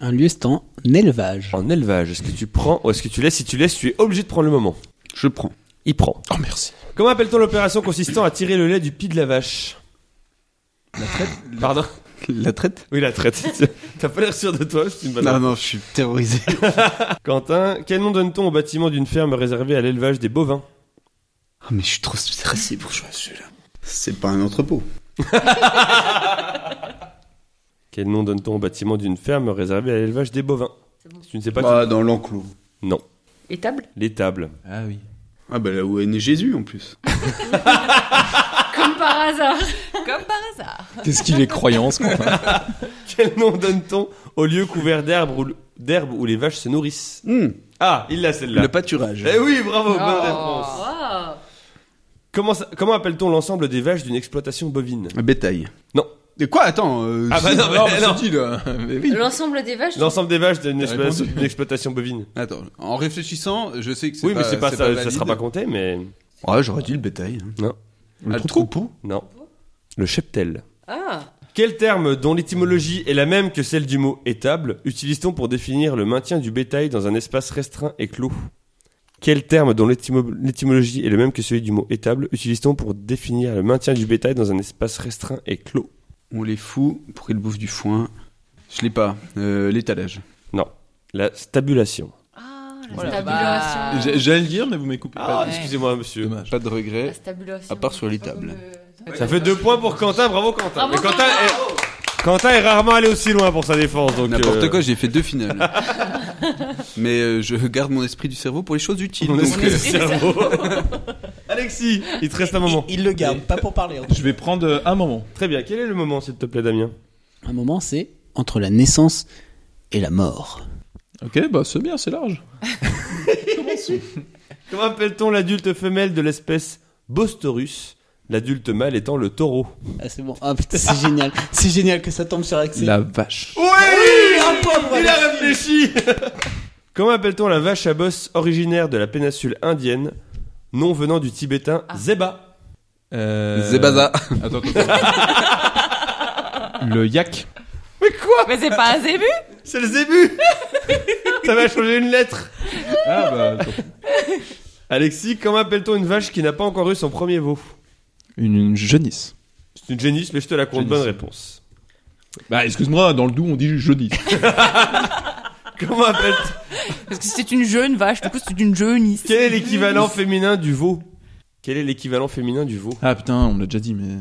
Speaker 6: Un lieu, c'est en élevage.
Speaker 1: En élevage, est-ce que tu prends ou est-ce que tu laisses Si tu laisses, tu es obligé de prendre le moment.
Speaker 4: Je prends.
Speaker 1: Il prend.
Speaker 4: Oh merci.
Speaker 1: Comment appelle-t-on l'opération consistant à tirer le lait du pied de la vache Pardon
Speaker 4: La traite
Speaker 1: Oui, la traite. T'as pas l'air sûr de toi, c'est une bonne
Speaker 4: Non, non, je suis terrorisé.
Speaker 1: Quentin, quel nom donne-t-on au bâtiment d'une ferme réservée à l'élevage des bovins
Speaker 4: Ah mais je suis trop stressé pour jouer à celui-là. C'est pas un entrepôt.
Speaker 1: Quel nom donne-t-on au bâtiment d'une ferme réservée à l'élevage des bovins Si Tu ne sais pas
Speaker 4: Bah, dans l'enclos.
Speaker 1: tu- Non.
Speaker 7: Étable
Speaker 1: L'étable.
Speaker 2: Ah oui.
Speaker 4: Ah bah là où est né Jésus en plus.
Speaker 7: Comme par hasard.
Speaker 5: Comme par hasard.
Speaker 8: Qu'est-ce qu'il est croyant, ce Quentin
Speaker 1: Quel nom donne-t-on au lieu couvert d'herbe où, d'herbe où les vaches se nourrissent
Speaker 4: Hmm,
Speaker 1: Ah, il l'a celle-là.
Speaker 4: Le pâturage.
Speaker 1: Eh oui, bravo, bonne
Speaker 5: Oh.
Speaker 1: réponse. Comment, ça- comment appelle-t-on l'ensemble des vaches d'une exploitation bovine
Speaker 4: Un Bétail.
Speaker 1: Non.
Speaker 4: Et quoi Attends. euh,
Speaker 1: Ah bah
Speaker 4: si-
Speaker 1: non, mais non.
Speaker 2: dit là. Mais oui.
Speaker 7: L'ensemble des vaches.
Speaker 1: L'ensemble des vaches d'une
Speaker 2: T'as
Speaker 1: exploitation,
Speaker 2: répondu.
Speaker 1: d'une exploitation bovine.
Speaker 4: Attends. En réfléchissant, je sais que c'est
Speaker 1: Oui,
Speaker 4: pas.
Speaker 1: mais c'est pas, ça, ça
Speaker 4: valide.
Speaker 1: sera pas compté, mais
Speaker 4: Ouais, j'aurais dit le bétail.
Speaker 1: Non.
Speaker 4: Ah, le troupeau.
Speaker 1: non. Le cheptel.
Speaker 7: Ah.
Speaker 1: Quel terme dont l'étymologie est la même que celle du mot étable utilise-t-on pour définir le maintien du bétail dans un espace restreint et clos Quel terme dont l'étymo- l'étymologie est le même que celui du mot étable utilise-t-on pour définir le maintien du bétail dans un espace restreint et clos
Speaker 4: On les fout pour qu'ils bouffent du foin. Je l'ai pas. Euh, L'étalage.
Speaker 1: La stabulation.
Speaker 7: Ah, la
Speaker 2: Voilà.
Speaker 5: Bah.
Speaker 7: stabulation.
Speaker 2: J'ai- J'allais le dire, mais vous m'écoutez
Speaker 1: Ah,
Speaker 2: pas.
Speaker 5: ouais.
Speaker 1: excusez-moi monsieur.
Speaker 2: Dommage.
Speaker 4: Pas de regret.
Speaker 7: La stabulation.
Speaker 4: À part sur les tables.
Speaker 1: Ça fait deux points pour Quentin, bravo Quentin.
Speaker 7: Bravo,
Speaker 1: Mais Quentin, est... Quentin est rarement allé aussi loin pour sa défense. donc,
Speaker 4: N'importe
Speaker 1: euh,
Speaker 4: quoi, j'ai fait deux finales. mais euh, je garde mon esprit du cerveau pour les choses utiles.
Speaker 1: mon
Speaker 4: donc,
Speaker 1: esprit
Speaker 4: euh,
Speaker 1: de cerveau. Alexis, il te reste un moment.
Speaker 6: Il, il le garde, pas pour parler. en tout cas.
Speaker 2: Je vais prendre euh, un moment.
Speaker 1: Très bien, quel est le moment, s'il te plaît, Damien
Speaker 6: Un moment, c'est entre la naissance et la mort.
Speaker 2: Ok, bah c'est bien, c'est large.
Speaker 1: Comment appelle-t-on l'adulte femelle de l'espèce Bostorus L'adulte mâle étant le taureau.
Speaker 6: Ah, c'est bon. Ah, putain, c'est génial. C'est génial que ça tombe sur Axel.
Speaker 2: La vache.
Speaker 1: Oui,
Speaker 6: un point pour
Speaker 1: Il a réfléchi Comment appelle-t-on la vache à bosse originaire de la péninsule indienne, nom venant du tibétain Zeba
Speaker 2: Euh...
Speaker 4: Zebaza.
Speaker 2: Attends, attends, attends. Le yak.
Speaker 1: Mais quoi
Speaker 5: Mais c'est pas un zébu
Speaker 1: C'est le zébu Ça va changer une lettre
Speaker 2: Ah bah. attends.
Speaker 1: Alexis, comment appelle-t-on une vache qui n'a pas encore eu son premier veau
Speaker 8: Une, une jeunesse.
Speaker 1: C'est une génisse, mais je te la compte.
Speaker 2: Génisse.
Speaker 1: Bonne réponse.
Speaker 2: Bah excuse-moi, dans le doux on dit jeudi.
Speaker 1: Comment appelle
Speaker 5: Parce que c'est une jeune vache, du coup c'est une jeunisse.
Speaker 1: Quel est l'équivalent féminin du veau Quel est l'équivalent féminin du veau
Speaker 8: Ah putain, on me l'a déjà dit, mais.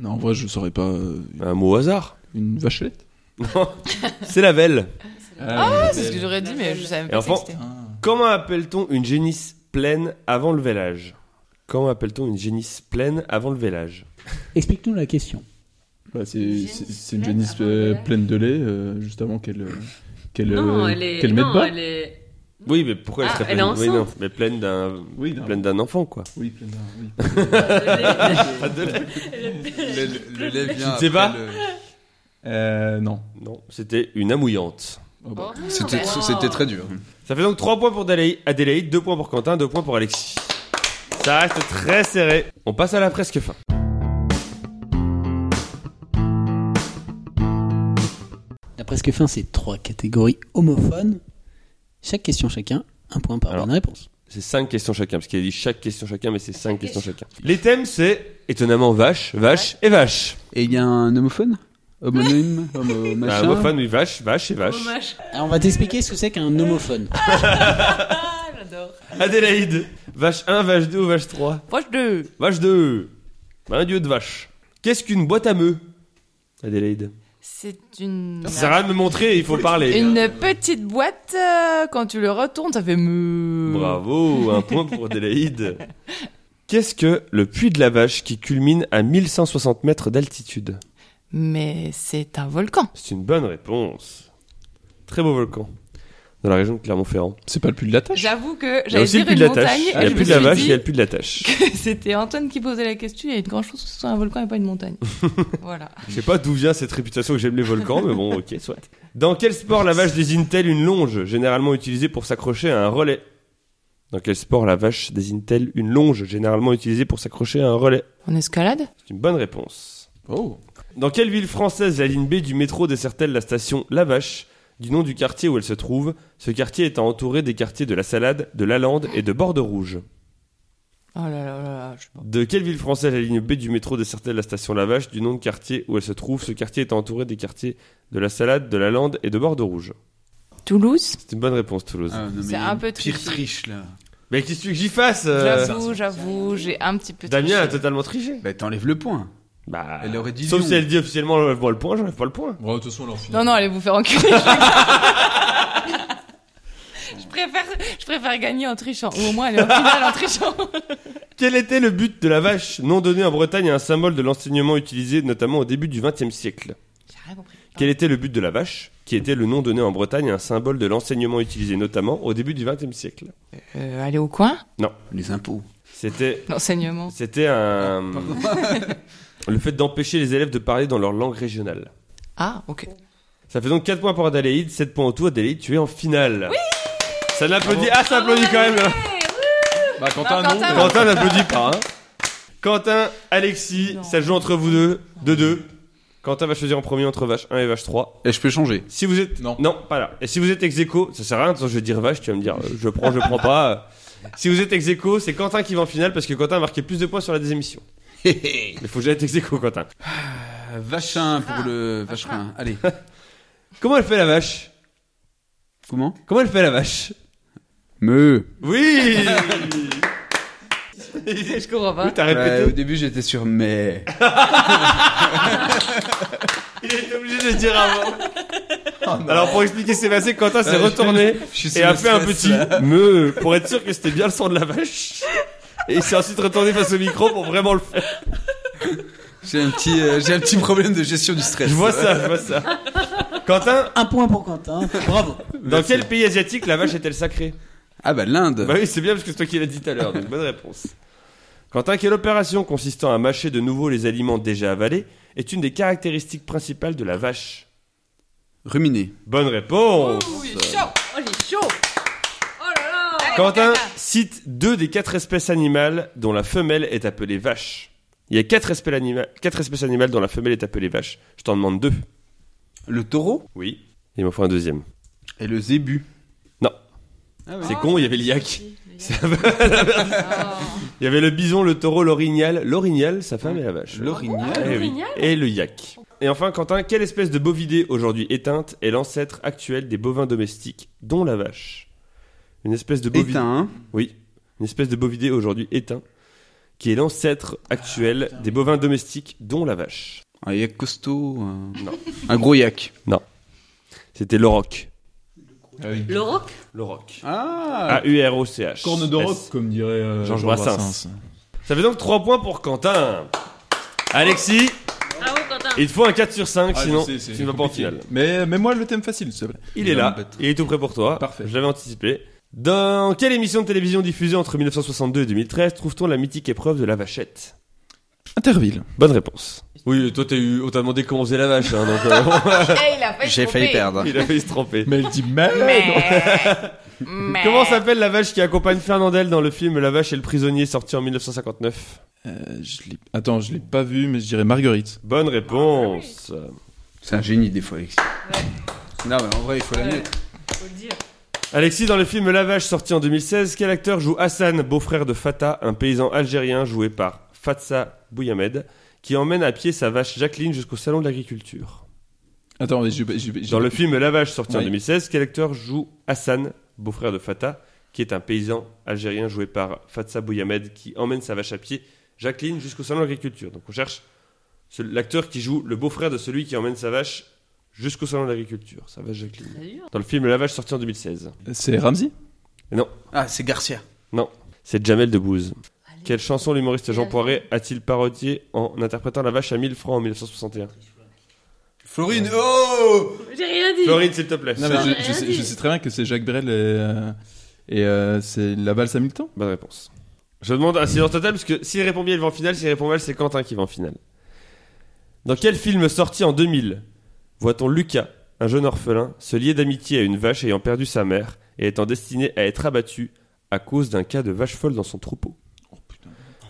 Speaker 8: Non, en vrai, je saurais pas. euh,
Speaker 1: Un mot au hasard.
Speaker 8: Une vachelette
Speaker 1: C'est la velle.
Speaker 5: Ah, c'est ce que j'aurais dit, mais je savais même
Speaker 1: Et
Speaker 5: pas ce que
Speaker 1: enfant-
Speaker 5: c'était.
Speaker 1: Comment appelle-t-on une génisse pleine avant le vélage Comment appelle-t-on une génisse pleine avant le vélage
Speaker 6: Explique-nous la question.
Speaker 8: Bah, c'est, c'est- c'est une
Speaker 7: Jeunesse
Speaker 8: jeunesse
Speaker 7: avant
Speaker 8: euh,
Speaker 7: le lait.
Speaker 8: pleine de lait, euh, juste avant qu'elle. euh, qu'elle
Speaker 7: Non,
Speaker 8: euh,
Speaker 7: elle est.
Speaker 8: qu'elle mette
Speaker 7: Non,
Speaker 8: bas.
Speaker 7: elle est.
Speaker 1: Oui, mais pourquoi elle
Speaker 7: Ah,
Speaker 1: serait
Speaker 7: elle
Speaker 1: pleine
Speaker 7: est
Speaker 1: Oui, non,
Speaker 7: enceinte.
Speaker 1: mais pleine d'un
Speaker 8: Oui, non.
Speaker 1: pleine d'un enfant quoi.
Speaker 8: Oui, pleine d'un- oui.
Speaker 4: Le, le- le lait vient
Speaker 1: Tu sais
Speaker 4: après
Speaker 1: pas
Speaker 4: le-
Speaker 8: Euh, non.
Speaker 1: Non, c'était une amouillante.
Speaker 8: Oh, bah.
Speaker 4: C'était
Speaker 5: Ah.
Speaker 7: Oh.
Speaker 4: c'était très dur.
Speaker 1: Ça fait donc 3 points pour Dalai- Adélaïde, 2 points pour Quentin, 2 points pour Alexis. Ça reste très serré. On passe à la presque fin.
Speaker 6: La presque fin, c'est trois catégories homophones. Chaque question chacun, un point par
Speaker 1: Alors.
Speaker 6: bonne réponse.
Speaker 1: C'est 5 questions chacun, parce qu'il a dit chaque question chacun, mais c'est 5 questions chacun. Les thèmes, c'est étonnamment vache, vache et vache.
Speaker 4: Et il y a un homophone Homonyme homo
Speaker 1: Bah,
Speaker 4: machin
Speaker 1: homophone, oui, vache, vache et vache.
Speaker 7: Hommage.
Speaker 6: Alors, on va t'expliquer ce que c'est qu'un homophone.
Speaker 7: Ah, j'adore.
Speaker 1: Adélaïde, vache 1, vache 2 ou vache 3
Speaker 5: Vache de.
Speaker 1: Vache 2 Un dieu de vache. Qu'est-ce qu'une boîte à meux Adélaïde.
Speaker 5: C'est une.
Speaker 1: Ça sert à rien de me montrer, il faut parler.
Speaker 5: Une petite boîte, euh, quand tu le retournes, ça fait mou.
Speaker 1: Bravo, un point pour Adélaïde. Qu'est-ce que le puits de la vache qui culmine à 1160 mètres d'altitude
Speaker 5: Mais c'est un volcan.
Speaker 1: C'est une bonne réponse. Très beau volcan. Dans la région de Clermont-Ferrand.
Speaker 8: C'est pas le plus de la tâche.
Speaker 5: J'avoue que
Speaker 1: Il y a
Speaker 5: j'allais
Speaker 1: aussi le
Speaker 5: dire
Speaker 1: puits
Speaker 5: une
Speaker 1: de la tâche.
Speaker 5: montagne.
Speaker 1: Il y
Speaker 5: et
Speaker 1: a
Speaker 5: je
Speaker 1: le
Speaker 5: me
Speaker 1: puits de la
Speaker 5: suis
Speaker 1: vache, il y a
Speaker 5: dit
Speaker 1: le puits de la tâche.
Speaker 5: que C'était Antoine qui posait la question. Il y a une grande chance que ce soit un volcan et pas une montagne. voilà.
Speaker 1: Je sais pas d'où vient cette réputation que j'aime les volcans, mais bon, ok, soit. Dans quel sport la vache désigne-t-elle une longe, généralement utilisée pour s'accrocher à un relais Dans quel sport la vache désigne-t-elle une longe, généralement utilisée pour s'accrocher à un relais
Speaker 5: En escalade
Speaker 1: C'est une bonne réponse.
Speaker 8: Oh.
Speaker 1: Dans quelle ville française la ligne B du métro dessert-elle la station La Vache du nom du quartier où elle se trouve, ce quartier étant entouré des quartiers de la Salade, de la Lande et de Borde Rouge.
Speaker 5: Oh là là là là, je sais pas.
Speaker 1: De quelle ville française la ligne B du métro dessert-elle la station La Vache du nom de quartier où elle se trouve Ce quartier étant entouré des quartiers de la Salade, de la Lande et de Borde Rouge.
Speaker 5: Toulouse
Speaker 1: C'est une bonne réponse, Toulouse.
Speaker 4: Ah, non, mais
Speaker 5: C'est un peu
Speaker 4: Pire
Speaker 5: tricky.
Speaker 4: triche là.
Speaker 1: Mais qu'est-ce que tu veux que j'y fasse euh,
Speaker 5: J'avoue, j'avoue, j'ai un petit peu.
Speaker 1: Damien a
Speaker 5: triché.
Speaker 1: totalement triché.
Speaker 4: Bah t'enlèves le point.
Speaker 1: Bah,
Speaker 4: Elle aurait dit
Speaker 1: Sauf
Speaker 4: Lyon.
Speaker 1: si elle dit officiellement j'enlève-moi le point, j'enlève pas le point.
Speaker 8: Bon, de toute façon, on en finit.
Speaker 5: Non, non, allez vous faire enculer. je, préfère, je préfère gagner en trichant. Ou au moins aller en finale en trichant.
Speaker 1: Quel était le but de la vache Nom donné en Bretagne à un symbole de l'enseignement utilisé notamment au début du XXe siècle.
Speaker 5: J'ai rien compris.
Speaker 1: Quel était le but de la vache Qui était le nom donné en Bretagne à un symbole de l'enseignement utilisé notamment au début du XXe siècle.
Speaker 5: Euh, aller au coin
Speaker 4: Les impôts.
Speaker 1: C'était
Speaker 5: L'enseignement.
Speaker 1: C'était un. le fait d'empêcher les élèves de parler dans leur langue régionale.
Speaker 5: Ah, ok.
Speaker 1: Ça fait donc 4 points pour Adélaïde, 7 points en tout. Adélaïde, tu es en finale. Oui ça n'applaudit. Ah, ça applaudit quand même.
Speaker 8: Bah, Quentin,
Speaker 5: Non,
Speaker 8: non.
Speaker 5: Quentin,
Speaker 8: mais-
Speaker 5: non.
Speaker 1: Quentin n'applaudit pas. hein. Quentin, Alexis,
Speaker 5: Non.
Speaker 1: ça joue entre vous deux. 2 deux. Quentin va choisir en premier entre vache 1 et vache 3.
Speaker 4: Et je peux changer.
Speaker 1: Si vous êtes.
Speaker 8: Non.
Speaker 1: Non, pas là. Et si vous êtes ex aequo, ça sert à rien, de toute façon, je vais dire vache, tu vas me dire euh, je prends, je prends pas. Si vous êtes ex aequo, c'est Quentin qui va en finale parce que Quentin a marqué plus de points sur la désémission.
Speaker 4: Hé, hé.
Speaker 1: Mais faut jamais être ex aequo, Quentin.
Speaker 4: Euh, Vachin pour
Speaker 5: Ah.
Speaker 4: le vacherin. Allez.
Speaker 1: Comment elle fait la vache
Speaker 4: Comment
Speaker 1: Comment elle fait la vache
Speaker 4: Me.
Speaker 1: Oui
Speaker 5: Je comprends pas.
Speaker 1: Oui, t'as
Speaker 4: Ouais, au
Speaker 1: répété.
Speaker 4: début j'étais sur mais.
Speaker 1: Il était obligé de le dire avant. Alors pour expliquer ce qui s'est passé, Quentin s'est retourné
Speaker 4: Je suis
Speaker 1: et
Speaker 4: sous
Speaker 1: a
Speaker 4: le
Speaker 1: fait un
Speaker 4: stress,
Speaker 1: petit
Speaker 4: là.
Speaker 1: me pour être sûr que c'était bien le son de la vache. Et il s'est ensuite retourné face au micro pour vraiment le faire.
Speaker 4: J'ai un, petit, euh, j'ai un petit problème de gestion du stress.
Speaker 1: Je vois ça, je vois ça. Quentin,
Speaker 6: Un point pour Quentin. Bravo.
Speaker 1: dans quel pays asiatique la vache est-elle sacrée
Speaker 4: Ah bah l'Inde.
Speaker 1: Bah oui, c'est bien parce que c'est toi qui l'as dit tout à l'heure, donc bonne réponse. Quentin, quelle opération consistant à mâcher de nouveau les aliments déjà avalés est une des caractéristiques principales de la vache
Speaker 4: Ruminer.
Speaker 1: Bonne réponse
Speaker 3: Ouh, il est chaud Oh, il est chaud Oh là là
Speaker 1: Quentin cite deux des quatre espèces animales dont la femelle est appelée vache. Il y a quatre espèces, anima- quatre espèces animales dont la femelle est appelée vache. Je t'en demande deux.
Speaker 4: Le taureau
Speaker 1: Oui. Il m'en faut un deuxième.
Speaker 4: et le zébu.
Speaker 1: C'est con, il y avait Ah, le yak. Oh. Il y avait le bison, le taureau, l'orignal. L'orignal, sa femme et la vache.
Speaker 4: L'orignal.
Speaker 1: Eh oui.
Speaker 3: L'orignal
Speaker 1: Et le yak. Et enfin, Quentin, quelle espèce de bovidé aujourd'hui éteinte est l'ancêtre actuel des bovins domestiques, dont la vache Une espèce de bovidé.
Speaker 4: Éteint.
Speaker 1: Oui, une espèce de bovidé aujourd'hui éteint, qui est l'ancêtre actuel des bovins domestiques, dont la vache.
Speaker 4: Un yak costaud. Un, un gros yak.
Speaker 1: C'était le roc.
Speaker 3: Le roc
Speaker 1: Le roc.
Speaker 2: Ah
Speaker 1: A-U-R-O-C-H.
Speaker 2: Corne de roc,
Speaker 1: S.
Speaker 2: comme dirait euh,
Speaker 1: Georges Brassens.
Speaker 8: Ah,
Speaker 1: Ça fait donc 3 points pour Quentin. Alexis,
Speaker 3: Ah ouais, Quentin
Speaker 1: il te faut un 4 sur 5,
Speaker 2: Ah, je
Speaker 1: sinon
Speaker 2: sais, c'est
Speaker 1: tu ne vas pas en
Speaker 2: compliqué.
Speaker 1: finale.
Speaker 2: Mais, mais moi, le thème facile, s'il te plaît.
Speaker 1: Il est
Speaker 2: est
Speaker 1: là,
Speaker 2: en bête.
Speaker 1: il est tout prêt pour toi.
Speaker 2: Parfait.
Speaker 1: Je l'avais anticipé. Dans quelle émission de télévision diffusée entre 1962 et 2013 trouve-t-on la mythique épreuve de la vachette
Speaker 8: Interville.
Speaker 1: Bonne réponse. Oui, toi t'as eu, on t'a demandé comment faisait la vache, hein, donc euh,
Speaker 5: Eh, il a failli
Speaker 4: Ah, J'ai
Speaker 5: se
Speaker 4: failli
Speaker 5: tromper.
Speaker 4: perdre.
Speaker 1: il a failli se tromper.
Speaker 2: Mais elle dit merde
Speaker 5: Mais... Mais...
Speaker 1: Comment s'appelle la vache qui accompagne Fernandel dans le film La vache et le prisonnier sorti en 1959
Speaker 8: Euh, je l'ai- Attends, je l'ai pas vu, mais je dirais Marguerite.
Speaker 1: Bonne réponse.
Speaker 4: C'est un génie des fois, Alexis. Non, mais en vrai, il faut la mettre.
Speaker 3: Faut le dire.
Speaker 1: Alexis, dans le film La vache sorti en 2016, quel acteur joue Hassan, beau-frère de Fatah, un paysan algérien joué par Fatsa Bouyamed, qui emmène à pied sa vache Jacqueline jusqu'au salon de l'agriculture
Speaker 8: Attends, mais j'ai- j'ai- j'ai-
Speaker 1: Dans le film La Vache, sorti en
Speaker 8: Oui.
Speaker 1: 2016, quel acteur joue Hassan, beau-frère de Fatah, qui est un paysan algérien joué par Fatsa Bouyamed, qui emmène sa vache à pied, Jacqueline, jusqu'au salon de l'agriculture. Donc on cherche ce- l'acteur qui joue le beau-frère de celui qui emmène sa vache jusqu'au salon de l'agriculture, sa vache Jacqueline.
Speaker 3: C'est dur.
Speaker 1: Dans le film La Vache, sorti en 2016,
Speaker 8: C'est Ramsey
Speaker 4: Ah, c'est Garcia.
Speaker 1: c'est Jamel Debbouze. Quelle chanson l'humoriste Jean
Speaker 3: Allez.
Speaker 1: Poiret a-t-il parodié en interprétant La Vache à 1000 francs en 1961
Speaker 4: Florine. Oh
Speaker 3: J'ai rien dit
Speaker 1: Florine, s'il te plaît.
Speaker 8: Non, mais
Speaker 3: j'ai
Speaker 8: je,
Speaker 3: rien
Speaker 8: je sais,
Speaker 3: dit.
Speaker 8: je sais très bien que c'est Jacques Brel et, euh, et euh, c'est la valse à mille temps.
Speaker 1: Bonne réponse. Je demande un silence total parce que s'il répond bien, il va en finale. S'il répond mal, c'est Quentin qui va en finale. Dans quel film sorti en 2000 voit-on Lucas, un jeune orphelin, se lier d'amitié à une vache ayant perdu sa mère et étant destiné à être abattu à cause d'un cas de vache folle dans son troupeau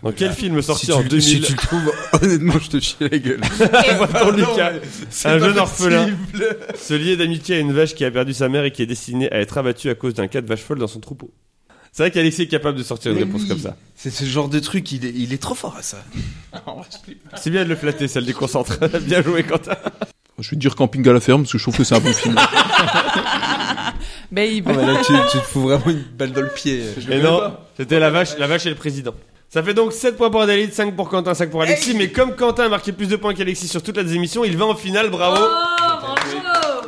Speaker 1: Dans quel film sorti
Speaker 4: Oh, si
Speaker 1: en
Speaker 4: tu, le-
Speaker 1: 2000
Speaker 4: si tu le trouves, honnêtement, je te chie la gueule.
Speaker 1: voit-on Lucas,
Speaker 4: C'est
Speaker 1: un
Speaker 4: pas
Speaker 1: jeune orphelin,
Speaker 4: possible.
Speaker 1: se lier d'amitié à une vache qui a perdu sa mère et qui est destinée à être abattue à cause d'un cas de vache folle dans son troupeau C'est vrai qu'Alexis est capable de sortir une
Speaker 4: Mais
Speaker 1: réponse
Speaker 4: oui.
Speaker 1: comme ça.
Speaker 4: C'est ce genre de truc, il est, il est trop fort à ça.
Speaker 1: C'est bien de le flatter, ça le déconcentre. bien joué, Quentin.
Speaker 8: Je vais dire Camping à la ferme parce que je trouve que c'est un bon film.
Speaker 5: Babe.
Speaker 4: là, tu, tu te fous vraiment une balle dans le pied.
Speaker 1: Et non, c'était la vache, la vache et le président. Ça fait donc 7 points pour Adélide, 5 pour Quentin, 5 pour Alexis. Mais comme Quentin a marqué plus de points qu'Alexis sur toute la émission, il va en finale, bravo.
Speaker 3: Oh, bravo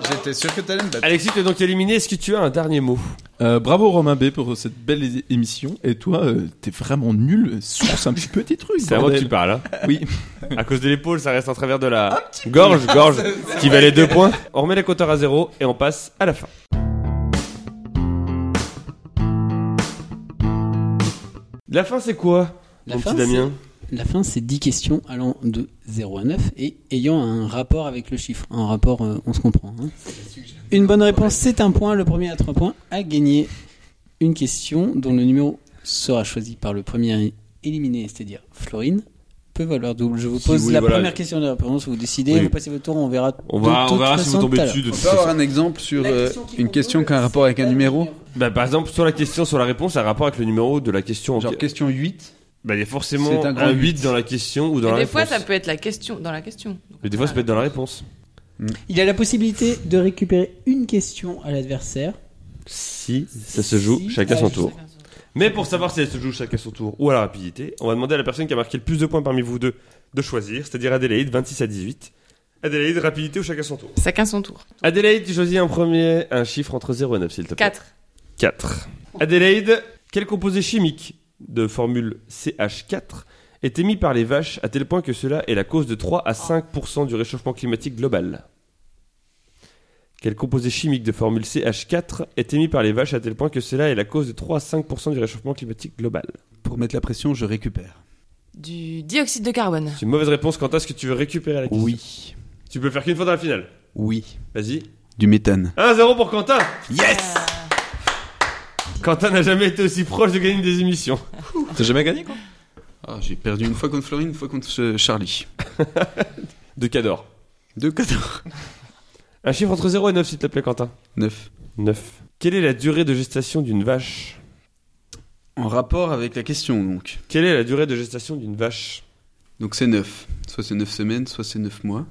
Speaker 4: J'étais sûr que t'allais me battre.
Speaker 1: Alexis, tu es donc éliminé. Est-ce que tu as un dernier mot
Speaker 8: Euh, bravo Romain B pour cette belle é- émission. Et toi, euh, t'es vraiment nul. Source un petit peu tes trucs.
Speaker 1: C'est à moi que
Speaker 8: bordel.
Speaker 1: tu parles. Hein.
Speaker 8: Oui.
Speaker 1: À cause de l'épaule, ça reste en travers de la gorge, gorge, ce qui valait 2 points. On remet les compteurs à zéro et on passe à la fin. La fin, c'est quoi
Speaker 6: La
Speaker 1: mon
Speaker 6: fin,
Speaker 1: petit Damien
Speaker 6: La fin, c'est 10 questions allant de 0 à 9 et ayant un rapport avec le chiffre. Un rapport, euh, on se comprend. hein. Une bonne réponse, c'est un point. Le premier à 3 points a gagné. Une question dont le numéro sera choisi par le premier éliminé, c'est-à-dire Florine, peut valoir double. Je vous pose
Speaker 1: oui,
Speaker 6: la
Speaker 1: voilà.
Speaker 6: première question de la réponse, vous décidez,
Speaker 1: Oui.
Speaker 6: vous passez votre tour, on verra.
Speaker 1: On
Speaker 6: de
Speaker 1: va, on
Speaker 6: toute
Speaker 1: verra si
Speaker 6: façon
Speaker 1: vous tombez
Speaker 6: tout à l'heure.
Speaker 1: dessus de
Speaker 4: On
Speaker 1: toute
Speaker 4: peut avoir un exemple sur
Speaker 6: La
Speaker 4: euh,
Speaker 6: question qui
Speaker 4: une
Speaker 6: compte
Speaker 4: question
Speaker 6: double,
Speaker 4: qui a un rapport avec un numéro
Speaker 1: Bah, par exemple, sur la question, sur la réponse, ça a rapport avec le numéro de la question.
Speaker 4: Genre
Speaker 1: Ok.
Speaker 4: question 8.
Speaker 1: Bah, il y a forcément
Speaker 4: C'est
Speaker 1: un,
Speaker 4: un grand
Speaker 1: 8
Speaker 4: huit.
Speaker 1: dans la question ou dans la
Speaker 5: Mais des fois,
Speaker 1: réponse.
Speaker 5: ça peut être la question, dans la question.
Speaker 1: Mais des fois, ça peut être dans la réponse.
Speaker 6: Il a la possibilité de récupérer une question à l'adversaire.
Speaker 1: Si, ça se joue
Speaker 6: Si,
Speaker 1: chacun
Speaker 6: ça
Speaker 1: son
Speaker 6: se
Speaker 1: tour. Mais pour savoir si elle se joue chacun son tour ou à la rapidité, on va demander à la personne qui a marqué le plus de points parmi vous deux de choisir, c'est-à-dire Adélaïde, 26 à 18. Adélaïde, rapidité ou chacun son tour.
Speaker 5: Chacun son tour.
Speaker 1: Adélaïde, tu choisis un premier, un chiffre entre 0 et 9, s'il te plaît.
Speaker 5: 4.
Speaker 1: 4. Adélaïde, quel composé chimique de formule CH4 est émis par les vaches à tel point que cela est la cause de 3 à 5% du réchauffement climatique global Quel composé chimique de formule CH4 est émis par les vaches à tel point que cela est la cause de 3 à 5% du réchauffement climatique global
Speaker 4: Pour mettre la pression, je récupère.
Speaker 5: Du dioxyde de carbone.
Speaker 1: C'est une mauvaise réponse quant à ce que tu veux récupérer la question.
Speaker 4: Oui.
Speaker 1: Tu peux le faire qu'une fois dans la finale.
Speaker 4: Oui.
Speaker 1: Vas-y.
Speaker 4: Du méthane.
Speaker 1: 1-0 pour Quentin
Speaker 4: Yes
Speaker 1: Quentin n'a jamais été aussi proche de gagner des émissions.
Speaker 8: T'as jamais gagné quoi
Speaker 4: Ah, J'ai perdu une fois contre Florine, une fois contre euh, Charlie.
Speaker 1: De Cador.
Speaker 4: Deux cadors.
Speaker 1: Un chiffre entre 0 et 9, s'il te plaît, Quentin.
Speaker 4: Neuf.
Speaker 1: 9. Quelle est la durée de gestation d'une vache
Speaker 4: En rapport avec la question, donc.
Speaker 1: Quelle est la durée de gestation d'une vache
Speaker 4: Donc c'est neuf. Soit c'est neuf semaines, soit c'est neuf mois.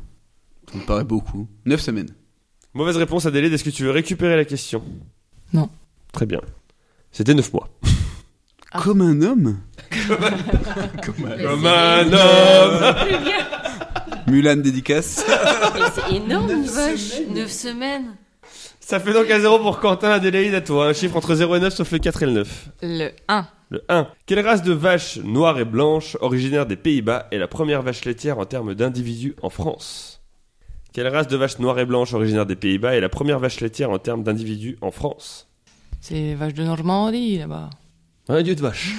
Speaker 4: Ça me paraît beaucoup. Neuf semaines.
Speaker 1: Mauvaise réponse, Adélaide. Est-ce que tu veux récupérer la question
Speaker 5: Non.
Speaker 1: Très bien. C'était 9 mois.
Speaker 5: Ah.
Speaker 4: Comme un homme
Speaker 1: Comme un homme
Speaker 4: Mulan dédicace.
Speaker 7: Mais c'est énorme, une vache. 9 semaines.
Speaker 1: Ça fait donc 1-0 pour Quentin, Adélaïde, à toi. Un chiffre entre 0 et 9, sauf le 4 et le 9.
Speaker 5: Le 1.
Speaker 1: Le 1. Quelle race de vache noire et blanche, originaire des Pays-Bas, est la première vache laitière en termes d'individus en France Quelle race de vache noire et blanche, originaire des Pays-Bas, est la première vache laitière en termes d'individus en France
Speaker 5: C'est les vaches de Normandie là-bas.
Speaker 1: Un dieu de vache.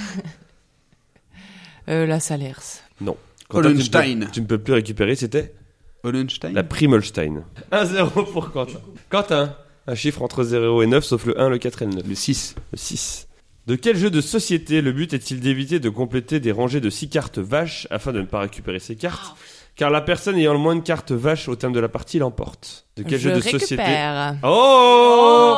Speaker 5: Euh, la Salers.
Speaker 1: Quentin, tu ne peux-
Speaker 4: Hollenstein.
Speaker 1: Tu ne peux plus récupérer, c'était
Speaker 4: Hollenstein
Speaker 1: la Primelstein. 1-0 pour Quentin. Quentin, un chiffre entre 0 et 9, sauf le 1, le 4 et le 9.
Speaker 4: Le 6.
Speaker 1: Le 6. De quel jeu de société le but est-il d'éviter de compléter des rangées de 6 cartes vaches afin de ne pas récupérer ces cartes Car la personne ayant le moins de cartes vaches au terme de la partie l'emporte. De quel
Speaker 5: Je
Speaker 1: jeu de
Speaker 5: récupère.
Speaker 1: société Oh,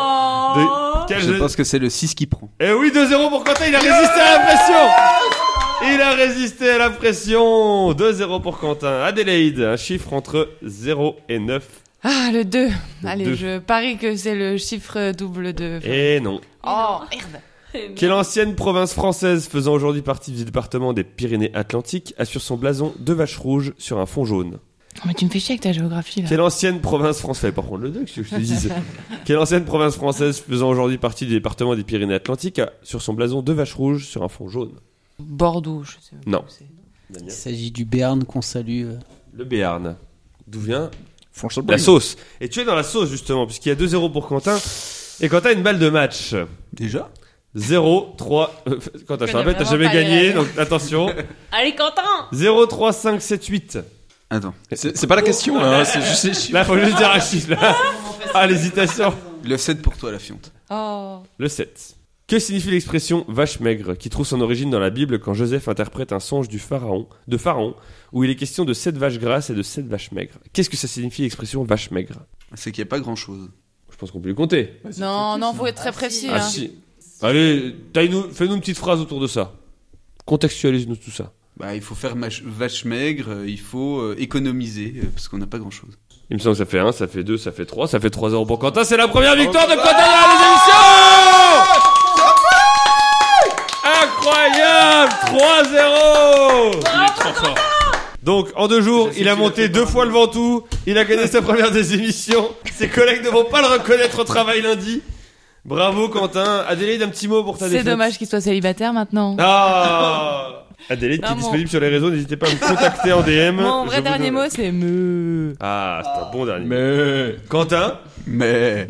Speaker 1: De- quel
Speaker 4: Je
Speaker 1: jeu-
Speaker 4: pense que c'est le 6 qui prend.
Speaker 1: Eh oui, 2-0 pour Quentin, il a résisté à la pression Il a résisté à la pression 2-0 pour Quentin. Adélaïde, un chiffre entre 0 et 9.
Speaker 5: Ah, le 2.
Speaker 1: Le
Speaker 5: Allez,
Speaker 1: deux.
Speaker 5: je parie que c'est le chiffre double de.
Speaker 1: Et Eh non.
Speaker 5: Oh, merde.
Speaker 1: Quelle ancienne province française faisant aujourd'hui partie du département des Pyrénées-Atlantiques assure son blason deux vaches rouges sur un fond jaune
Speaker 5: Non, mais tu me fais chier avec ta géographie là.
Speaker 1: Quelle ancienne province française, par contre le deux, qu'est-ce que je te dise Quelle ancienne province française faisant aujourd'hui partie du département des Pyrénées-Atlantiques a sur son blason deux vaches rouges sur un fond jaune
Speaker 5: Bordeaux, je sais pas
Speaker 1: Non.
Speaker 5: où c'est.
Speaker 6: Il s'agit du Béarn qu'on salue. euh.
Speaker 1: Le Béarn. D'où vient
Speaker 8: Franchement,
Speaker 1: la sauce Et tu es dans la sauce justement, puisqu'il y a 2-0 pour Quentin. Et Quentin a une balle de match.
Speaker 4: Déjà
Speaker 1: 0, 3. euh, Quentin, je te
Speaker 5: connais
Speaker 1: rappelle, t'as
Speaker 5: vraiment
Speaker 1: jamais
Speaker 5: pas les
Speaker 1: gagné,
Speaker 5: règles.
Speaker 1: donc attention.
Speaker 7: Allez, Quentin
Speaker 1: 0, 3, 5, 7, 8.
Speaker 4: Attends.
Speaker 8: C'est c'est pas la question là, hein, c'est juste les chiffres.
Speaker 1: Là, faut juste dire un chiffre, là. Ah, l'hésitation.
Speaker 4: Le 7 pour toi, la fiante.
Speaker 5: Oh.
Speaker 1: Le 7. Que signifie l'expression vache maigre, qui trouve son origine dans la Bible quand Joseph interprète un songe du pharaon, de Pharaon, où il est question de sept vaches grasses et de sept vaches maigres Qu'est-ce que ça signifie l'expression vache maigre
Speaker 4: C'est qu'il n'y a pas grand chose.
Speaker 1: Je pense qu'on peut le compter.
Speaker 5: Non, non, faut être très précis.
Speaker 1: Ah
Speaker 5: hein.
Speaker 1: si. Allez, taille-nous- fais-nous une petite phrase autour de ça. Contextualise-nous tout ça.
Speaker 4: Bah, il faut faire mach- vache maigre, euh, il faut euh, économiser, euh, parce qu'on n'a pas grand chose.
Speaker 1: Il me semble que ça fait 1, ça fait 2, ça fait 3, ça fait 3 euros pour Quentin. C'est la première victoire de Quentin dans les émissions Incroyable 3-0 Donc, en deux jours, il a monté deux fois le Ventoux, il a gagné sa première des émissions, ses collègues ne vont pas le reconnaître au travail lundi. Bravo Quentin. Adélaïde, un petit mot pour ta
Speaker 5: C'est
Speaker 1: défaite.
Speaker 5: dommage qu'il soit célibataire maintenant.
Speaker 1: Ah Adélaïde, qui est
Speaker 5: Non, mon-
Speaker 1: disponible sur les réseaux, n'hésitez pas à me contacter en DM.
Speaker 5: Mon
Speaker 1: Je
Speaker 5: vrai
Speaker 1: vous
Speaker 5: dernier
Speaker 1: donne-
Speaker 5: mot, c'est me.
Speaker 1: Ah, c'est un bon dernier. mot.
Speaker 8: Mais
Speaker 1: Quentin
Speaker 4: Mais.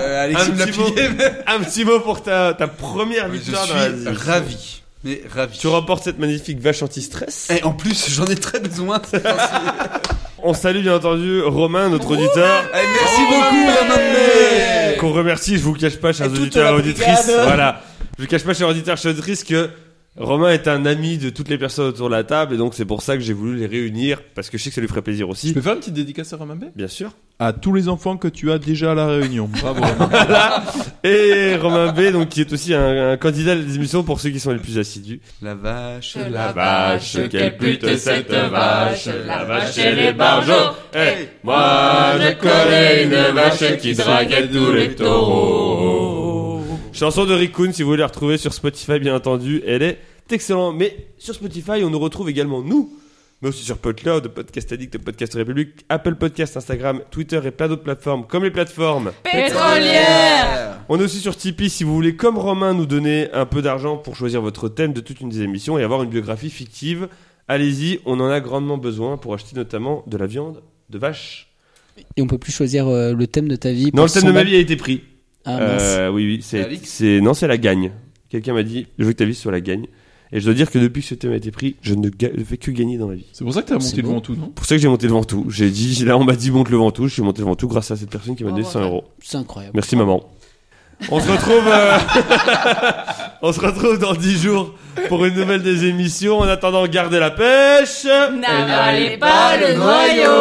Speaker 4: Euh, Alexis
Speaker 1: Un
Speaker 4: me l'a
Speaker 1: petit mot.
Speaker 4: pillé, mais-
Speaker 1: Un petit mot pour ta, ta première
Speaker 4: Je suis
Speaker 1: victoire dans la vie.
Speaker 4: ravi. Mais ravi.
Speaker 1: Tu remportes cette magnifique vache anti-stress.
Speaker 4: Eh, en plus, j'en ai très besoin. c'est facile.
Speaker 1: On salue bien entendu Romain, notre auditeur.
Speaker 4: Eh, merci
Speaker 1: Oh,
Speaker 4: beaucoup, Romain de Mai.
Speaker 1: Qu'on remercie, je vous cache pas, chers auditeurs et auditrices. Voilà. Je vous cache pas, chers auditeurs, chers auditrices, que Romain est un ami de toutes les personnes autour de la table. Et donc, c'est pour ça que j'ai voulu les réunir. Parce que je sais que ça lui ferait plaisir
Speaker 8: je
Speaker 1: aussi.
Speaker 8: peux faire une petite dédicace à Romain B
Speaker 1: Bien sûr.
Speaker 8: À tous les enfants que tu as déjà à la Réunion. Bravo.
Speaker 1: Et Romain B, donc, qui est aussi un, un candidat des émissions pour ceux qui sont les plus assidus.
Speaker 4: La vache,
Speaker 5: La
Speaker 4: la vache.
Speaker 1: vache,
Speaker 5: quelle pute cette vache, la vache,
Speaker 7: elle est barjo. Eh,
Speaker 1: moi
Speaker 7: je connais une vache
Speaker 1: qui
Speaker 7: drague tous les
Speaker 1: taureaux. Chanson de Rikun, si vous voulez la retrouver sur Spotify, bien entendu, elle est excellente. Mais sur Spotify, on nous retrouve également, nous, mais aussi sur PodCloud, Podcast Addict, Podcast République, Apple Podcast, Instagram, Twitter et plein d'autres plateformes comme les plateformes.
Speaker 5: Pétrolière
Speaker 1: On est aussi sur Tipeee si vous voulez, comme Romain, nous donner un peu d'argent pour choisir votre thème de toute une des émissions et avoir une biographie fictive. Allez-y, on en a grandement besoin pour acheter notamment de la viande de vache.
Speaker 6: Et on peut plus choisir euh, le thème de ta vie.
Speaker 1: Non,
Speaker 6: pour
Speaker 1: le thème de
Speaker 6: 100
Speaker 1: ma
Speaker 6: balles.
Speaker 1: vie a été pris.
Speaker 6: Ah, mince.
Speaker 1: Euh, oui, oui,
Speaker 4: La
Speaker 1: c'est,
Speaker 4: Vix
Speaker 1: c'est- non, c'est la gagne. Quelqu'un m'a dit, je veux que ta vie soit la gagne. Et je dois dire que depuis que ce thème a été pris, je ne ga- je fais que gagner dans la vie.
Speaker 8: C'est pour ça que t'as
Speaker 6: C'est
Speaker 8: monté
Speaker 6: beau.
Speaker 8: devant tout, non
Speaker 1: Pour ça que j'ai monté devant tout. J'ai dit, là, on m'a dit monte le ventoux. Je suis monté devant tout grâce à cette personne qui m'a donné
Speaker 5: Bravo,
Speaker 1: 100 euros.
Speaker 6: C'est incroyable.
Speaker 1: Merci maman. On se retrouve, euh, on se retrouve dans 10 jours pour une nouvelle des émissions. En attendant, gardez la pêche.
Speaker 5: N'avalez pas le noyau